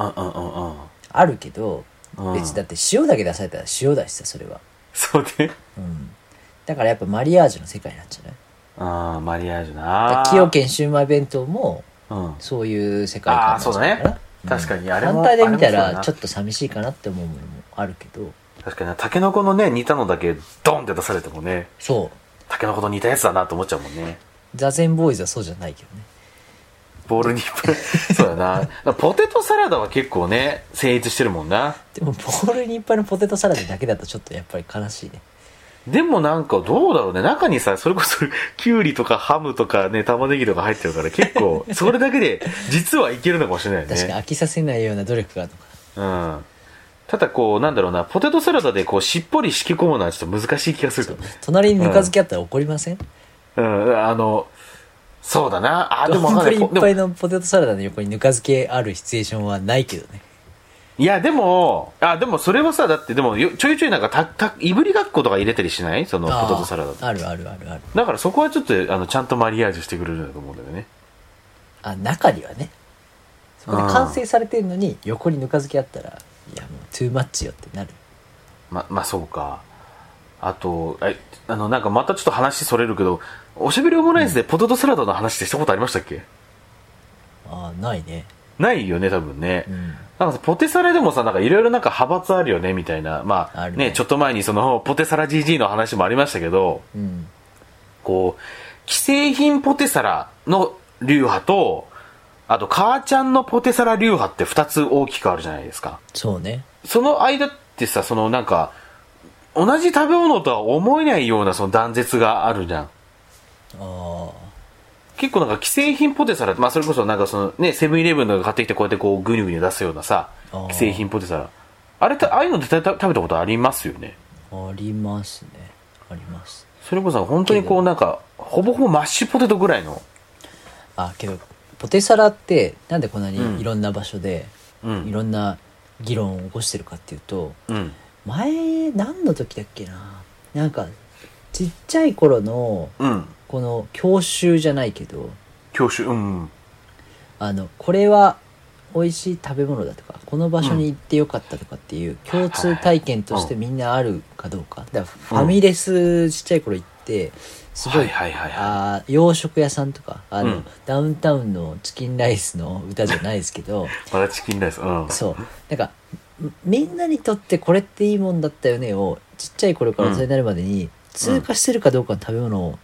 [SPEAKER 2] か
[SPEAKER 3] うんうんうん
[SPEAKER 2] あるけど
[SPEAKER 3] うんうん。
[SPEAKER 2] 別にだって塩だけ出されたら塩だしさそれは、
[SPEAKER 3] そうね。
[SPEAKER 2] うん、だからやっぱマリアージュの世界なんじゃない
[SPEAKER 3] ああ、マリアージュ
[SPEAKER 2] だから
[SPEAKER 3] な。
[SPEAKER 2] 崎陽軒シウマイ弁当も
[SPEAKER 3] うん。
[SPEAKER 2] そういう世界観なんじゃないかな
[SPEAKER 3] あーそうだね確かにあれ
[SPEAKER 2] 反
[SPEAKER 3] も
[SPEAKER 2] 対で見た
[SPEAKER 3] あれもそうだ
[SPEAKER 2] ら
[SPEAKER 3] な
[SPEAKER 2] ちょっと寂しいかなって思うものもあるけど
[SPEAKER 3] 確かにな、タケノコのね、煮たのだけ、ドンって出されてもね、
[SPEAKER 2] そう
[SPEAKER 3] タケノコと似たやつだなと思っちゃうもんね。
[SPEAKER 2] 座禅ボーイズはそうじゃないけどね
[SPEAKER 3] ボ ールにいっぱいそうだな。だからポテトサラダは結構ね、成立してるもんな。
[SPEAKER 2] でもボールにいっぱいのポテトサラダだけだとちょっとやっぱり悲しいね
[SPEAKER 3] でもなんかどうだろうね。中にさ、それこそ、キュウリとかハムとかね、玉ねぎとか入ってるから結構、それだけで、実はいけるのかもしれないよね。
[SPEAKER 2] 確かに飽きさせないような努力があるのかな
[SPEAKER 3] うん。ただこう、なんだろうな、ポテトサラダでこう、しっぽり敷き込むのはちょっと難しい気がするけどね。
[SPEAKER 2] 隣にぬか漬けあったら怒りません
[SPEAKER 3] うん、あの、そうだな。あ、でもわかんな
[SPEAKER 2] 丼
[SPEAKER 3] い。
[SPEAKER 2] いっ
[SPEAKER 3] で
[SPEAKER 2] ぱ
[SPEAKER 3] も
[SPEAKER 2] い、のポテトサラダの横にぬか漬けあるシチュエーションはないけどね
[SPEAKER 3] いや、でも、あ、でもそれはさ、だって、でもよ、ちょいちょいなんか、た、た、いぶりがっことか入れたりしないその、ポテトサラダ
[SPEAKER 2] あーあるあるあるある
[SPEAKER 3] だからそこはちょっと、あの、ちゃんとマリアージュしてくれるんだと思うんだよね。
[SPEAKER 2] あ中にはねそこで完成されてるのに横にぬか漬けあったらいやもうトゥーマッチよってなる
[SPEAKER 3] ま、まあ、そうか。あと、え、あの、なんかまたちょっと話それるけど、おしゃべりオムライスでポテトサラダの話ってしたことありましたっけ、
[SPEAKER 2] ああないね
[SPEAKER 3] ないよね、多分ね。
[SPEAKER 2] うん
[SPEAKER 3] なんかさポテサラでもさ、なんかいろいろなんか派閥あるよね、みたいな。まあ、
[SPEAKER 2] あるね
[SPEAKER 3] ね、ちょっと前にその、ポテサラ GG の話もありましたけど、
[SPEAKER 2] うん
[SPEAKER 3] こう、既製品ポテサラの流派と、あと、母ちゃんのポテサラ流派って二つ大きくあるじゃないですか。
[SPEAKER 2] そうね
[SPEAKER 3] その間ってさ、そのなんか、同じ食べ物とは思えないようなその断絶があるじゃん。
[SPEAKER 2] あ
[SPEAKER 3] 結構なんか既製品ポテサラ、まあそれこそなんかそのね、セブンイレブンとか買ってきてこうやってこうグニュグニュ出すようなさ
[SPEAKER 2] あー、
[SPEAKER 3] 既製品ポテサラ。あれた、ああいうのってた食べたことありますよね。
[SPEAKER 2] あありますねあります
[SPEAKER 3] それこそ本当にこうなんか、ほぼほぼマッシュポテトぐらいの。
[SPEAKER 2] あけどポテサラってなんでこんな
[SPEAKER 3] うん
[SPEAKER 2] にいろんな場所で
[SPEAKER 3] うん
[SPEAKER 2] いろんな議論を起こしてるかっていうと
[SPEAKER 3] うん。
[SPEAKER 2] 前何の時だっけななんかちっちゃい頃の
[SPEAKER 3] うん。
[SPEAKER 2] この教習じゃないけど
[SPEAKER 3] 教習、うん。
[SPEAKER 2] あのこれは美味しい食べ物だとかこの場所に行ってよかったとかっていう共通体験として
[SPEAKER 3] う
[SPEAKER 2] みんなあるかどうかだからファミレスちっちゃい頃行ってすご
[SPEAKER 3] はい
[SPEAKER 2] い
[SPEAKER 3] はいはいは
[SPEAKER 2] あー洋食屋さんとかあの、
[SPEAKER 3] うん
[SPEAKER 2] ダウンタウンのチキンライスの歌じゃないですけ ど
[SPEAKER 3] い。まだチキンライス。うん。
[SPEAKER 2] そうなんかみみんなにとってこれっていいもんだったよねをちっちゃい頃から大人になるまでに通過してるかどうかの食べ物を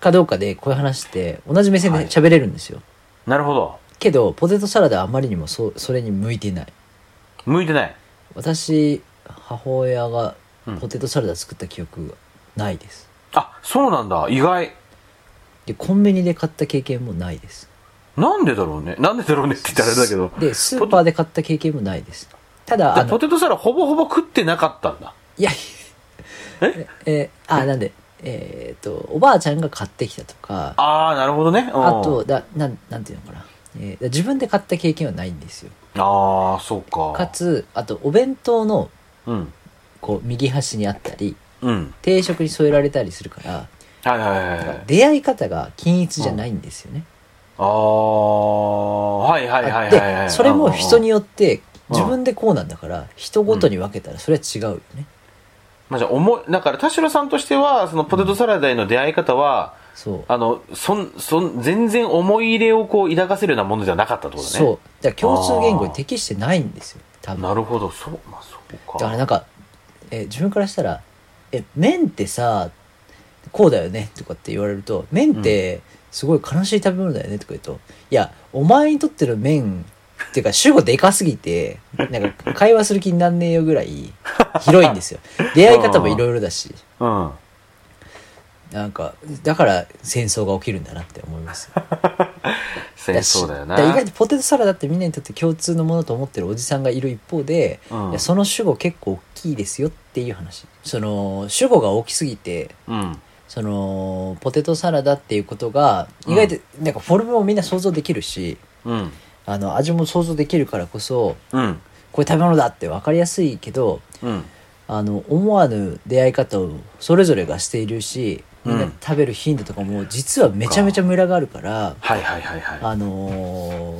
[SPEAKER 2] かどうかでこういう話って同じ目線で喋れるんですよ、
[SPEAKER 3] なるほど。
[SPEAKER 2] けどポテトサラダはあまりにもそそれに向いてない
[SPEAKER 3] 向いてない。
[SPEAKER 2] 私母親が
[SPEAKER 3] うん
[SPEAKER 2] ポテトサラダ作った記憶ないです、
[SPEAKER 3] あ、そうなんだ。意外。
[SPEAKER 2] でコンビニで買った経験もないです
[SPEAKER 3] なんでだろうね。なんでだろうねって言ったらあれだけど。
[SPEAKER 2] でスーパーで買った経験もないですただあ
[SPEAKER 3] でポ
[SPEAKER 2] の
[SPEAKER 3] テトサラほぼほぼ食ってなかったんだ。
[SPEAKER 2] いや
[SPEAKER 3] え
[SPEAKER 2] えーあなんでえーっとおばあちゃんが買ってきたとかあ
[SPEAKER 3] ああ、なるほどね。うん
[SPEAKER 2] と。だなんなんていうのかな、えー自分で買った経験はないんですよ
[SPEAKER 3] ああ、そうか。
[SPEAKER 2] かつあとお弁当の
[SPEAKER 3] うん。
[SPEAKER 2] こう右端にあったり
[SPEAKER 3] うん。
[SPEAKER 2] 定食に添えられたりするから
[SPEAKER 3] はいはいはいはい。
[SPEAKER 2] 出会い方が均一じゃないんですよね。
[SPEAKER 3] ああ、はいはいはいはいは
[SPEAKER 2] で
[SPEAKER 3] い。
[SPEAKER 2] それも人に
[SPEAKER 3] うん
[SPEAKER 2] よ
[SPEAKER 3] うんうん。
[SPEAKER 2] って
[SPEAKER 3] うん
[SPEAKER 2] 自分でこうなんだから人ごとに分けたらそれは違うよね。
[SPEAKER 3] まあ、じゃあ思い、だから田代さんとしては、そのポテトサラダへの出会い方は、
[SPEAKER 2] そう
[SPEAKER 3] あの、そん、そん、全然思い入れをこう抱かせるようなものではなかったってことね。
[SPEAKER 2] そうだから共通言語に適してないんですよ多分。
[SPEAKER 3] なるほど、そう、まあそうか。
[SPEAKER 2] だからなんか、えー自分からしたら「え麺ってさこうだよね」とかって言われると「麺ってすごい悲しい食べ物だよね」とか言うと「いやお前にとっての麺っていうか主語でかすぎてなんか会話する気になんねえよぐらい広いんですよ出会い方もいろいろだし
[SPEAKER 3] うん。
[SPEAKER 2] なんかだから戦争が起きるんだなって思います
[SPEAKER 3] 戦争だよな
[SPEAKER 2] し意外とポテトサラダってみんなにとって共通のものと思ってるおじさんがいる一方で、
[SPEAKER 3] うん
[SPEAKER 2] いやその主語結構大きいですよっていう話その主語が大きすぎて
[SPEAKER 3] うん
[SPEAKER 2] そのポテトサラダっていうことが意外と、なんかフォルムもみんな想像できるし
[SPEAKER 3] うん
[SPEAKER 2] あの味も想像できるからこそ
[SPEAKER 3] うん
[SPEAKER 2] これ食べ物だって分かりやすいけど
[SPEAKER 3] うん
[SPEAKER 2] あの思わぬ出会い方をそれぞれがしているしみんな食べる頻度とかも実はめちゃめちゃムラがあるから。
[SPEAKER 3] はいはいはいは
[SPEAKER 2] あの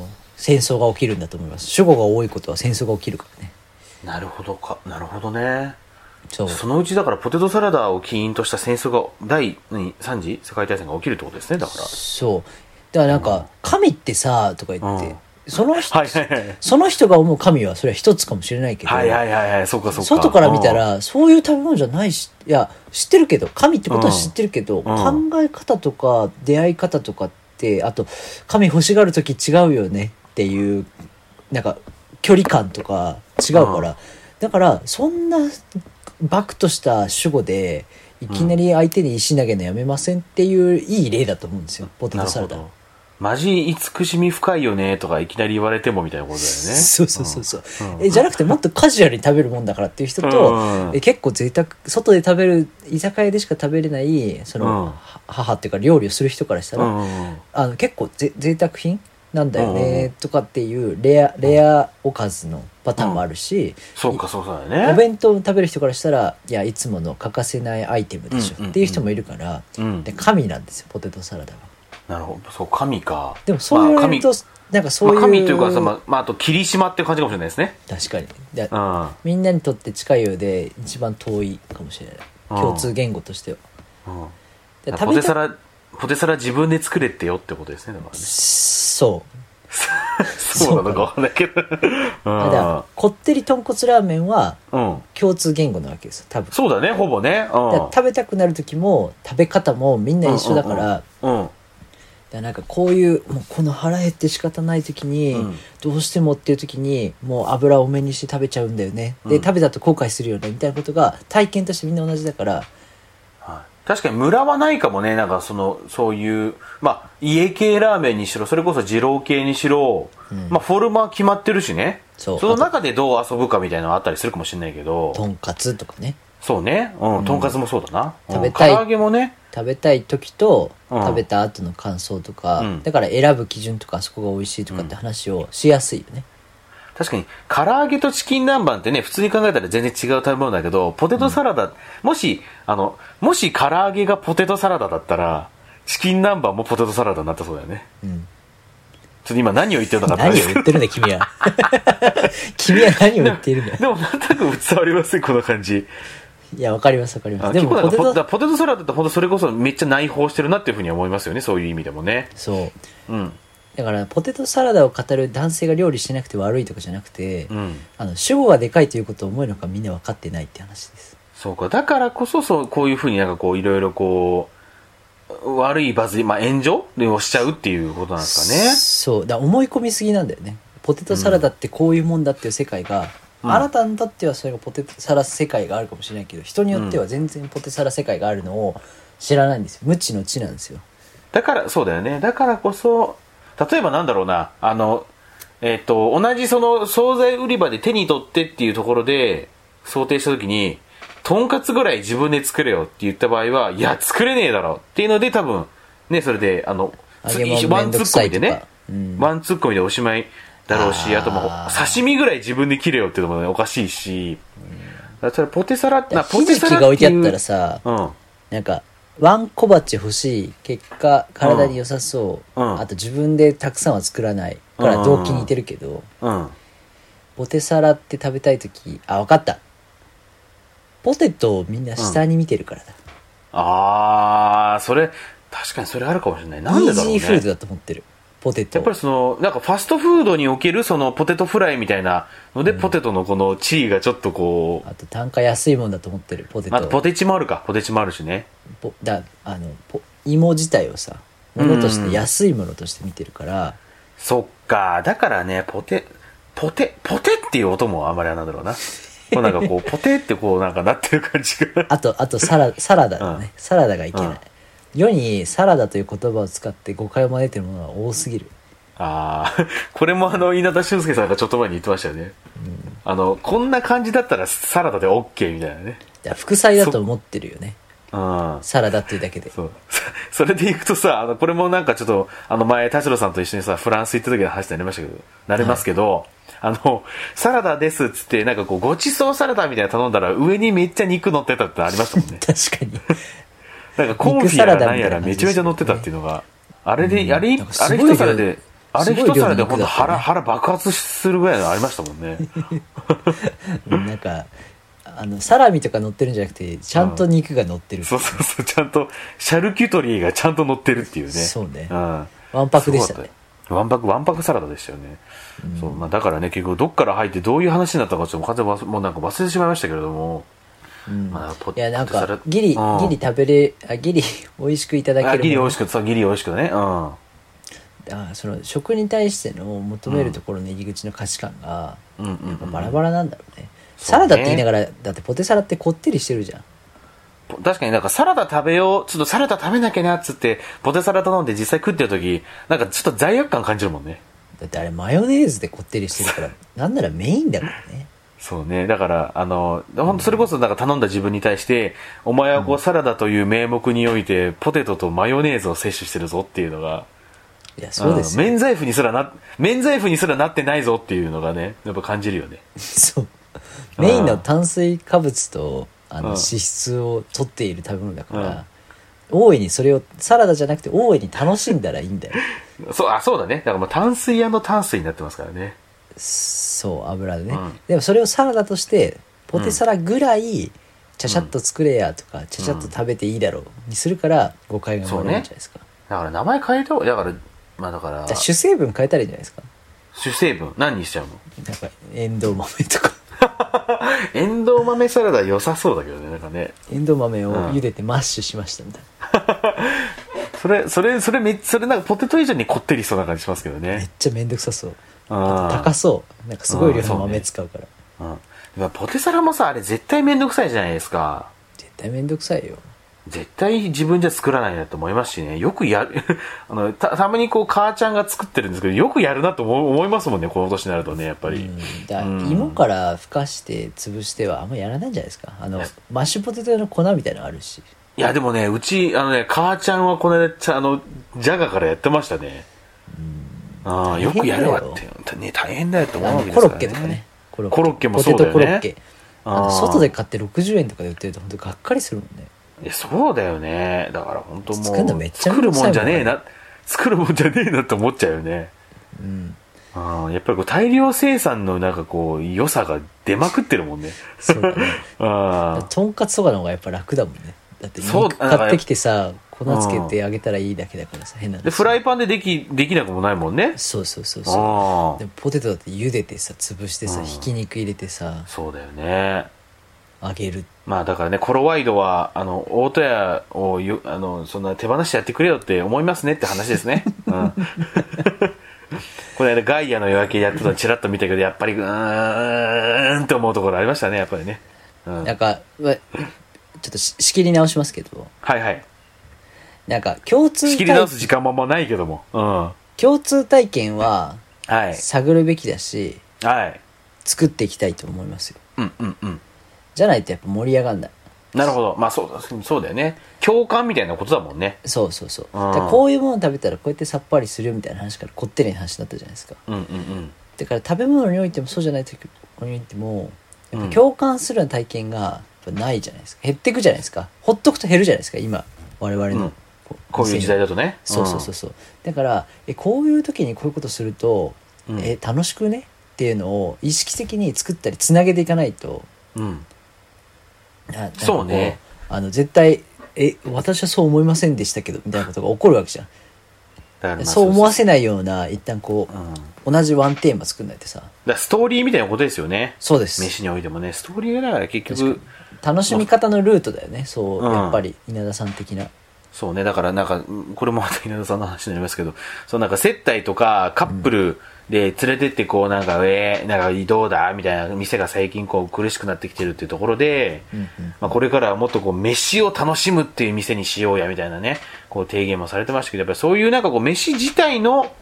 [SPEAKER 2] ー戦争が起きるんだと思います主語が多いことは戦争が起きるからね
[SPEAKER 3] いなるほどかなるほどね
[SPEAKER 2] そう
[SPEAKER 3] そのうちだからポテトサラダを起因とした戦争が第何3次世界大戦が起きるってことですねだから
[SPEAKER 2] そうだからなんか、神ってさとか言って、
[SPEAKER 3] うん
[SPEAKER 2] その人、
[SPEAKER 3] はいはいはい
[SPEAKER 2] その人が思う神はそれは一つかもしれないけど、
[SPEAKER 3] はいはいはいはいそうかそうか
[SPEAKER 2] 外から見たらそういう食べ物じゃないしいや知ってるけど神ってことは知ってるけど、
[SPEAKER 3] ん
[SPEAKER 2] 考え方とか出会い方とかってあと神欲しがる時違うよねっていうなんか距離感とか違うから、だからそんなバクとした主語でいきなり相手に石投げのやめませんっていういい例だと思うんですよポテ
[SPEAKER 3] な
[SPEAKER 2] ト
[SPEAKER 3] る
[SPEAKER 2] サ
[SPEAKER 3] ほ
[SPEAKER 2] ラダ。
[SPEAKER 3] どマジ慈しみ深いよねとかいきなり言われてもみたいなことだよね
[SPEAKER 2] そうそうそうそう、
[SPEAKER 3] うん
[SPEAKER 2] えじゃなくてもっとカジュアルに食べるもんだからっていう人
[SPEAKER 3] う
[SPEAKER 2] と、
[SPEAKER 3] んうん
[SPEAKER 2] え結構贅沢外で食べる居酒屋でしか食べれないその、
[SPEAKER 3] うん
[SPEAKER 2] は母っていうか料理をする人からしたら、
[SPEAKER 3] うんうんうん
[SPEAKER 2] あの結構ぜ贅沢品なんだよ
[SPEAKER 3] うんう
[SPEAKER 2] ねとかっていうレアレアおかずのパターンもあるし、
[SPEAKER 3] そうかそうだ
[SPEAKER 2] お
[SPEAKER 3] よね
[SPEAKER 2] 弁当を食べる人からしたらいやいつもの欠かせないアイテムでし
[SPEAKER 3] うんうん
[SPEAKER 2] ょ
[SPEAKER 3] うん
[SPEAKER 2] っていう人もいるから、
[SPEAKER 3] うん
[SPEAKER 2] で神なんですよポテトサラダは。
[SPEAKER 3] なるほどそう神か
[SPEAKER 2] でもそう言われると、
[SPEAKER 3] まあ
[SPEAKER 2] なんかそう
[SPEAKER 3] 神
[SPEAKER 2] いう、
[SPEAKER 3] まあ神というかさ、まあまあ、あと霧島っていう感じかもしれないですね
[SPEAKER 2] 確かに。いや
[SPEAKER 3] うんうん
[SPEAKER 2] みんなにとって近いようで一番遠いかもしれない共通言語としてはで
[SPEAKER 3] ポテサ
[SPEAKER 2] た
[SPEAKER 3] ラポテサラ自分で作れってよってことですね だからね
[SPEAKER 2] そう
[SPEAKER 3] そうなのかわかんないけど
[SPEAKER 2] ただこってり豚骨ラーメンは
[SPEAKER 3] うんうん
[SPEAKER 2] 共通言語なわけですよ多分
[SPEAKER 3] そうだねほぼね
[SPEAKER 2] だ
[SPEAKER 3] う
[SPEAKER 2] から食べたくなる時も食べ方もみんな一緒だから,、だか
[SPEAKER 3] んうん
[SPEAKER 2] らなんかこういうもうこの腹減って仕方ない時に、
[SPEAKER 3] うん
[SPEAKER 2] どうしてもっていう時にもう油多めにして食べちゃうんだよね、で食べたと後悔するよねみたいなことが体験としてみんな同じだから
[SPEAKER 3] はい確かにムラはないかもねなんかそのそういう、まあ、家系ラーメンにしろそれこそ二郎系にしろ、まあ、フォルムは決まってるしね
[SPEAKER 2] そう
[SPEAKER 3] の中でどう遊ぶかみたいなのはあったりするかもしれないけど
[SPEAKER 2] とんかつとかね
[SPEAKER 3] そうね、うん、とんかつもそうだな、うん
[SPEAKER 2] 食べたい
[SPEAKER 3] 唐揚げもね
[SPEAKER 2] 食べたい時と
[SPEAKER 3] うん
[SPEAKER 2] 食べた後の感想とか、
[SPEAKER 3] うん
[SPEAKER 2] だから選ぶ基準とかあそこが美味しいとかって話をしやすいよね、
[SPEAKER 3] 確かに唐揚げとチキン南蛮ってね普通に考えたら全然違う食べ物だけどポテトサラダ、もしあのもし唐揚げがポテトサラダだったらチキン南蛮もポテトサラダになったそうだよね、
[SPEAKER 2] ん
[SPEAKER 3] ちょっと今何を言ってるのか
[SPEAKER 2] 何を言ってるんだ君 は君は何を言っているんだ
[SPEAKER 3] でもなんとなく伝わりますねこの感じ
[SPEAKER 2] いやわかりますわかりま
[SPEAKER 3] あ
[SPEAKER 2] すで
[SPEAKER 3] 結
[SPEAKER 2] もポ
[SPEAKER 3] 構なん
[SPEAKER 2] テ
[SPEAKER 3] かポ
[SPEAKER 2] ト
[SPEAKER 3] だからポテトサラダって本当それこそめっちゃ内包してるなっていうふうに思いますよねそういう意味でもね
[SPEAKER 2] そう
[SPEAKER 3] うん
[SPEAKER 2] だからポテトサラダを語る男性が料理しなくて悪いとかじゃなくて、
[SPEAKER 3] うん
[SPEAKER 2] あの主語がでかいということを思うのかみんな分かってないって話です
[SPEAKER 3] そうかだからこそそうこういうふうになんかこういろいろこう悪いバズり、まあ、炎上をしちゃうっていうことなんですかね
[SPEAKER 2] そうだから思い込みすぎなんだよねポテトサラダってこういうもんだっていう世界が、
[SPEAKER 3] うん
[SPEAKER 2] あなたにとってはそれがポテトサラ世界があるかもしれないけど人によっては全然ポテトサラ世界があるのを知らないんですよ無知の知なんですよ
[SPEAKER 3] だから、そうだよね。だからこそ、例えばなんだろうな、あの、えっ、と、同じその、惣菜売り場で手に取ってっていうところで、想定したときに、とんかつぐらい自分で作れよって言った場合は、いや、作れねえだろっていうので、多分、ね、それで、あの、
[SPEAKER 2] 揚げ物
[SPEAKER 3] つワン
[SPEAKER 2] めんどく
[SPEAKER 3] ツッコ
[SPEAKER 2] さい
[SPEAKER 3] ミ
[SPEAKER 2] と
[SPEAKER 3] で
[SPEAKER 2] か
[SPEAKER 3] ね、
[SPEAKER 2] うん
[SPEAKER 3] ワンツッコミでおしまいだろうし、
[SPEAKER 2] あー
[SPEAKER 3] あともう、刺身ぐらい自分で切れよっていうのもね、おかしいし、だからそれポテサラ、なポ
[SPEAKER 2] ひ
[SPEAKER 3] テ
[SPEAKER 2] じき
[SPEAKER 3] サラ
[SPEAKER 2] が置いてあったら
[SPEAKER 3] て
[SPEAKER 2] さ
[SPEAKER 3] いううん。
[SPEAKER 2] なんかワン小鉢欲しい結果体に良さそう、
[SPEAKER 3] うん
[SPEAKER 2] あと自分でたくさんは作らないから動機似てるけど、
[SPEAKER 3] うん。
[SPEAKER 2] ポテサラって食べたい時あ分かったポテトをみんな下に見てるからだ、
[SPEAKER 3] あー、それ、確かにそれあるかもしれない。なん
[SPEAKER 2] イ
[SPEAKER 3] で
[SPEAKER 2] ー
[SPEAKER 3] だ
[SPEAKER 2] ジ
[SPEAKER 3] ろう
[SPEAKER 2] ーフード
[SPEAKER 3] ね。
[SPEAKER 2] だと思ってるポテト
[SPEAKER 3] やっぱりその、なんかファストフードにおけるそのポテトフライみたいなので、ポテトのこの地位がちょっとこう、
[SPEAKER 2] あと単価安いもんだと思ってるポテト
[SPEAKER 3] あとポテチもあるか、ポテチもあるしね。
[SPEAKER 2] ポだあのポ芋自体をさものとして安いものとして見てるから、
[SPEAKER 3] そっか、だからね、ポテ、ポテ、ポテっていう音もあんまりあれなんだろうな。こうなんか こう、ポテってこうなんかなってる感じが。
[SPEAKER 2] あとあとサラサラダだね、サラダがいけない、
[SPEAKER 3] うん
[SPEAKER 2] 世にサラダという言葉を使って誤解を招いてるものは多すぎる
[SPEAKER 3] ああ、これもあの、稲田俊介さんがちょっと前に言ってましたよね。あの、こんな感じだったらサラダで OK みたいなね。
[SPEAKER 2] だから副菜だと思ってるよね
[SPEAKER 3] うん。
[SPEAKER 2] サラダっていうだけで。
[SPEAKER 3] そう。 それでいくとさ、あの、これもなんかちょっと、あの前、田代さんと一緒にさ、フランス行った時の話になりましたけど、なりますけど、あの、サラダですっつって、なんかこう、ごちそうサラダみたいなの頼んだら、上にめっちゃ肉乗ってたってありましたもんね
[SPEAKER 2] 確かに
[SPEAKER 3] なんかコンフィやらなんやらめちゃめちゃ乗ってたっていうのが、あれで、あれ、
[SPEAKER 2] なんか
[SPEAKER 3] あ
[SPEAKER 2] す
[SPEAKER 3] れ
[SPEAKER 2] ごい量
[SPEAKER 3] 一皿で、あれ
[SPEAKER 2] すご
[SPEAKER 3] 一
[SPEAKER 2] い量
[SPEAKER 3] 皿
[SPEAKER 2] の
[SPEAKER 3] で
[SPEAKER 2] 肉だ
[SPEAKER 3] ほ
[SPEAKER 2] った
[SPEAKER 3] んと
[SPEAKER 2] ね
[SPEAKER 3] 腹、腹爆発するぐらいのありましたも んね。
[SPEAKER 2] なんかあのサラミとか乗ってるんじゃなくてちゃんと肉が乗ってる
[SPEAKER 3] そうそうそう、ちゃんと、シャルキュトリーがちゃんと乗ってるっていうね。
[SPEAKER 2] そうね
[SPEAKER 3] うん。わ
[SPEAKER 2] わんぱくでしたね。
[SPEAKER 3] わんぱく、わんぱくサラダでしたよね。そう、まあだからね、結局どっから入ってどういう話になったかちょっと完全に忘もうなんか忘れてしまいましたけれども。
[SPEAKER 2] うん
[SPEAKER 3] まあポ
[SPEAKER 2] いやなん
[SPEAKER 3] ポテサラ
[SPEAKER 2] かギリ
[SPEAKER 3] うん
[SPEAKER 2] ギリ食べれあギリ 美味しくいただけ
[SPEAKER 3] あ、
[SPEAKER 2] る
[SPEAKER 3] ギリ美
[SPEAKER 2] もの
[SPEAKER 3] 味しく、そう、ギリ美味しくね。うん。
[SPEAKER 2] あその食に対しての求めるところの入り口の価値観が
[SPEAKER 3] うんうんうん
[SPEAKER 2] やっぱバラバラなんだろうね
[SPEAKER 3] そう
[SPEAKER 2] サ
[SPEAKER 3] ね
[SPEAKER 2] ラダって言いながらだってポテサラってこってりしてるじゃん
[SPEAKER 3] 確かになんかサラダ食べよう、ちょっとサラダ食べなきゃなっつって、ポテサラ頼んで実際食ってる時、なんかちょっと罪悪感感じるもんね。
[SPEAKER 2] だってあれマヨネーズでこってりして るからなんならメインだからね
[SPEAKER 3] そうね。だから、あの、本当それこそなんか頼んだ自分に対して、お前はこうサラダという名目において、ポテトとマヨネーズを摂取してるぞっていうのが、
[SPEAKER 2] いやそうです
[SPEAKER 3] ん
[SPEAKER 2] よ
[SPEAKER 3] 免罪符にすらな、免罪符にすらなってないぞっていうのがね、やっぱ感じるよね。
[SPEAKER 2] そう
[SPEAKER 3] うん
[SPEAKER 2] メインの炭水化物とあの
[SPEAKER 3] うん
[SPEAKER 2] 脂質を取っている食べ物だから大いにそれをサラダじゃなくて大いに楽しんだらいいんだよ
[SPEAKER 3] そう、あ、そうだね。だからもう炭水炭水になってますからね。
[SPEAKER 2] そう油でね
[SPEAKER 3] うん
[SPEAKER 2] でもそれをサラダとしてポテサラぐらいちゃちゃっと作れやとかちゃちゃっと食べていいだろうにするから誤解が生まれるんじゃないですか
[SPEAKER 3] だから名前変えた方が、だから、まあだから
[SPEAKER 2] じゃあ、主成分変えたらいいんじゃないですか
[SPEAKER 3] 主成分、何にしちゃうの
[SPEAKER 2] なんかエンドウ豆とか
[SPEAKER 3] エンドウ豆サラダ良さそうだけどね、なんかね。
[SPEAKER 2] エンドウ豆を茹でてマッシュしましたみたいな
[SPEAKER 3] それ、それ、それめ、それなんかポテト以上にこってりしそうな感じしますけど
[SPEAKER 2] めっ
[SPEAKER 3] ね。
[SPEAKER 2] ちゃめんどくさそう
[SPEAKER 3] あー
[SPEAKER 2] 高そうなんかすごい量
[SPEAKER 3] あーそ
[SPEAKER 2] の
[SPEAKER 3] うね
[SPEAKER 2] 豆使うから
[SPEAKER 3] うん。まあポテサラもさ、あれ絶対めんどくさいじゃないですか。
[SPEAKER 2] 絶対めんどくさいよ
[SPEAKER 3] 絶対自分じゃ作らないなと思いますしね。よくやる、 あの、た、たまにこう、母ちゃんが作ってるんですけど、よくやるなと思思いますもんね、この年になるとね、やっぱり。
[SPEAKER 2] うんだ
[SPEAKER 3] うん
[SPEAKER 2] 芋からふかして潰してはあんまやらないんじゃないですかあのマッシュポテト用の粉みたいなのあるし
[SPEAKER 3] いや、でもね、うち、あのね、母ちゃんはこの間ちゃ、あの、ジャガからやってましたね。ああ、よくやるわって。ね、大変だよって
[SPEAKER 2] あ
[SPEAKER 3] 思う
[SPEAKER 2] の
[SPEAKER 3] わけ
[SPEAKER 2] コ
[SPEAKER 3] ですから
[SPEAKER 2] ロ
[SPEAKER 3] ね。
[SPEAKER 2] ッケとかねコロ
[SPEAKER 3] コロッケもそうだよね
[SPEAKER 2] ポテトコロッケあ
[SPEAKER 3] あー
[SPEAKER 2] の外で買って60円とかで売ってると本当がっかりするもんね
[SPEAKER 3] いやそうだよねだから本当もう
[SPEAKER 2] 作るのめっちゃ
[SPEAKER 3] 作
[SPEAKER 2] めん
[SPEAKER 3] る
[SPEAKER 2] どくさ
[SPEAKER 3] も
[SPEAKER 2] いもん
[SPEAKER 3] んじゃねえな作るもんじゃねえなって思っちゃうよね
[SPEAKER 2] うん
[SPEAKER 3] あーやっぱりこう大量生産のなんかこう良さが出まくってるもんね
[SPEAKER 2] そうだ ね
[SPEAKER 3] あー
[SPEAKER 2] とんかつとかの方がやっぱ楽だもんねだって
[SPEAKER 3] そう
[SPEAKER 2] 肉買ってきてさ粉つけてあげたらいいだけだからさ変な
[SPEAKER 3] でフラ
[SPEAKER 2] イ
[SPEAKER 3] イパンでできできなくもないもんね
[SPEAKER 2] そうそうそうそ
[SPEAKER 3] あ
[SPEAKER 2] う
[SPEAKER 3] あ
[SPEAKER 2] でもポテトだって茹でてさ潰してさ
[SPEAKER 3] うん
[SPEAKER 2] ひき肉入れてさ
[SPEAKER 3] そうだよね
[SPEAKER 2] 揚げる
[SPEAKER 3] まあだからねコロワイドはあの大戸屋をよあのそんな手放してやってくれよって思いますねって話で すね、うん、 この間ガイアの夜明けやってたのちらっと見たけどやっぱりうーんって思うところありましたねやっぱりね、うん、
[SPEAKER 2] なんかわちょっとし仕切り直しますけど
[SPEAKER 3] はいはい。
[SPEAKER 2] なんか共通
[SPEAKER 3] 仕切り直
[SPEAKER 2] 体
[SPEAKER 3] す時間もあんまないけども。うん。は。
[SPEAKER 2] 共通体験はい探るべきだし
[SPEAKER 3] はい。
[SPEAKER 2] 作っていきたいと思いますよ
[SPEAKER 3] うんうんうん。
[SPEAKER 2] じゃないとやっぱ盛り上がんない
[SPEAKER 3] なるほど。まあそうだ、そうだよね。共感みたいなことだもんね。
[SPEAKER 2] そうそうそう
[SPEAKER 3] うん
[SPEAKER 2] だからこういうもの食べたらこうやってさっぱりするよみたいな話からこってりな話になったじゃないですか
[SPEAKER 3] うんうんうん。
[SPEAKER 2] だから食べ物においてもそうじゃない時においてもやっぱ共感するような体験がやっぱないじゃないですか減ってくじゃないですかほっとくと減るじゃないですか今我々
[SPEAKER 3] うん
[SPEAKER 2] の
[SPEAKER 3] こういう時代だ
[SPEAKER 2] と
[SPEAKER 3] とね。
[SPEAKER 2] そうそうそう
[SPEAKER 3] う
[SPEAKER 2] そうだからえこういう時にこういうことすると、
[SPEAKER 3] うん
[SPEAKER 2] え楽しくねっていうのを意識的に作ったりつなげていかないと
[SPEAKER 3] ん。うん。
[SPEAKER 2] ななんかこ
[SPEAKER 3] そうね
[SPEAKER 2] あの絶対え私はそう思いませんでしたけどみたいなことが起こるわけじゃん、
[SPEAKER 3] だからまあ
[SPEAKER 2] そう思わせ
[SPEAKER 3] ない。
[SPEAKER 2] ないような一旦こ
[SPEAKER 3] うん。だか
[SPEAKER 2] う、同じワンテーマ作んないとさ
[SPEAKER 3] らストーリーみたいなことですよね。
[SPEAKER 2] そうです
[SPEAKER 3] 飯においてもね、ストーリーがだから結
[SPEAKER 2] 確
[SPEAKER 3] 局
[SPEAKER 2] か、楽しみ方のルートだよねそう、
[SPEAKER 3] うん
[SPEAKER 2] やっぱり稲田さん的な
[SPEAKER 3] そうね、だからなんか、うんこれもまた稲田さんの話になりますけど、そのなんか接待とかカップルで、連れてってこうなんか、えー、なんかどうだみたいな店が最近こう苦しくなってきてるっていうところで、まあ、これからはもっとこう飯を楽しむっていう店にしようやみたいなね、こう提言もされてましたけど、やっぱりそういうなんかこう飯自体の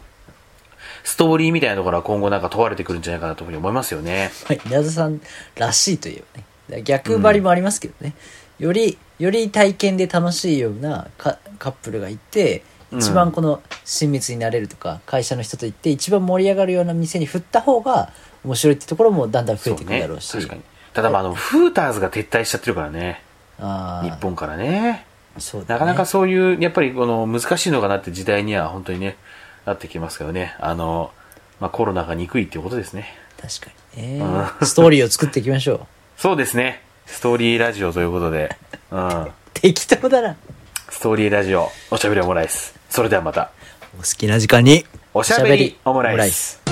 [SPEAKER 3] ストーリーみたいなところは今後なんか問われてくるんじゃないかなというふうに思いますよね。
[SPEAKER 2] まあ、稲田さんらしいといえばねだから逆張りもありますけどね、よりより体験で楽しいようなカカップルがいて
[SPEAKER 3] うん
[SPEAKER 2] 一番この親密になれるとか、会社の人と行って一番盛り上がるような店に振った方が面白いってところもだんだん増えてくるだろうし
[SPEAKER 3] そね、確かに。ただまあ、あの、フーターズが撤退しちゃってるからね。
[SPEAKER 2] あー
[SPEAKER 3] 日本からね。
[SPEAKER 2] そうだね
[SPEAKER 3] なかなかそういう、やっぱりこの難しいのかなって時代には本当にね、なってきますけどね。あの、まあコロナが憎いっていうことですね。
[SPEAKER 2] 確かにね、ストーリーを作っていきましょう
[SPEAKER 3] そうですね。ストーリーラジオということで、うん。
[SPEAKER 2] 適当だな
[SPEAKER 3] ストーリーラジオ、おしゃべりオムライス。それではまた、
[SPEAKER 2] お好きな時間に
[SPEAKER 3] おしゃべりオムライス。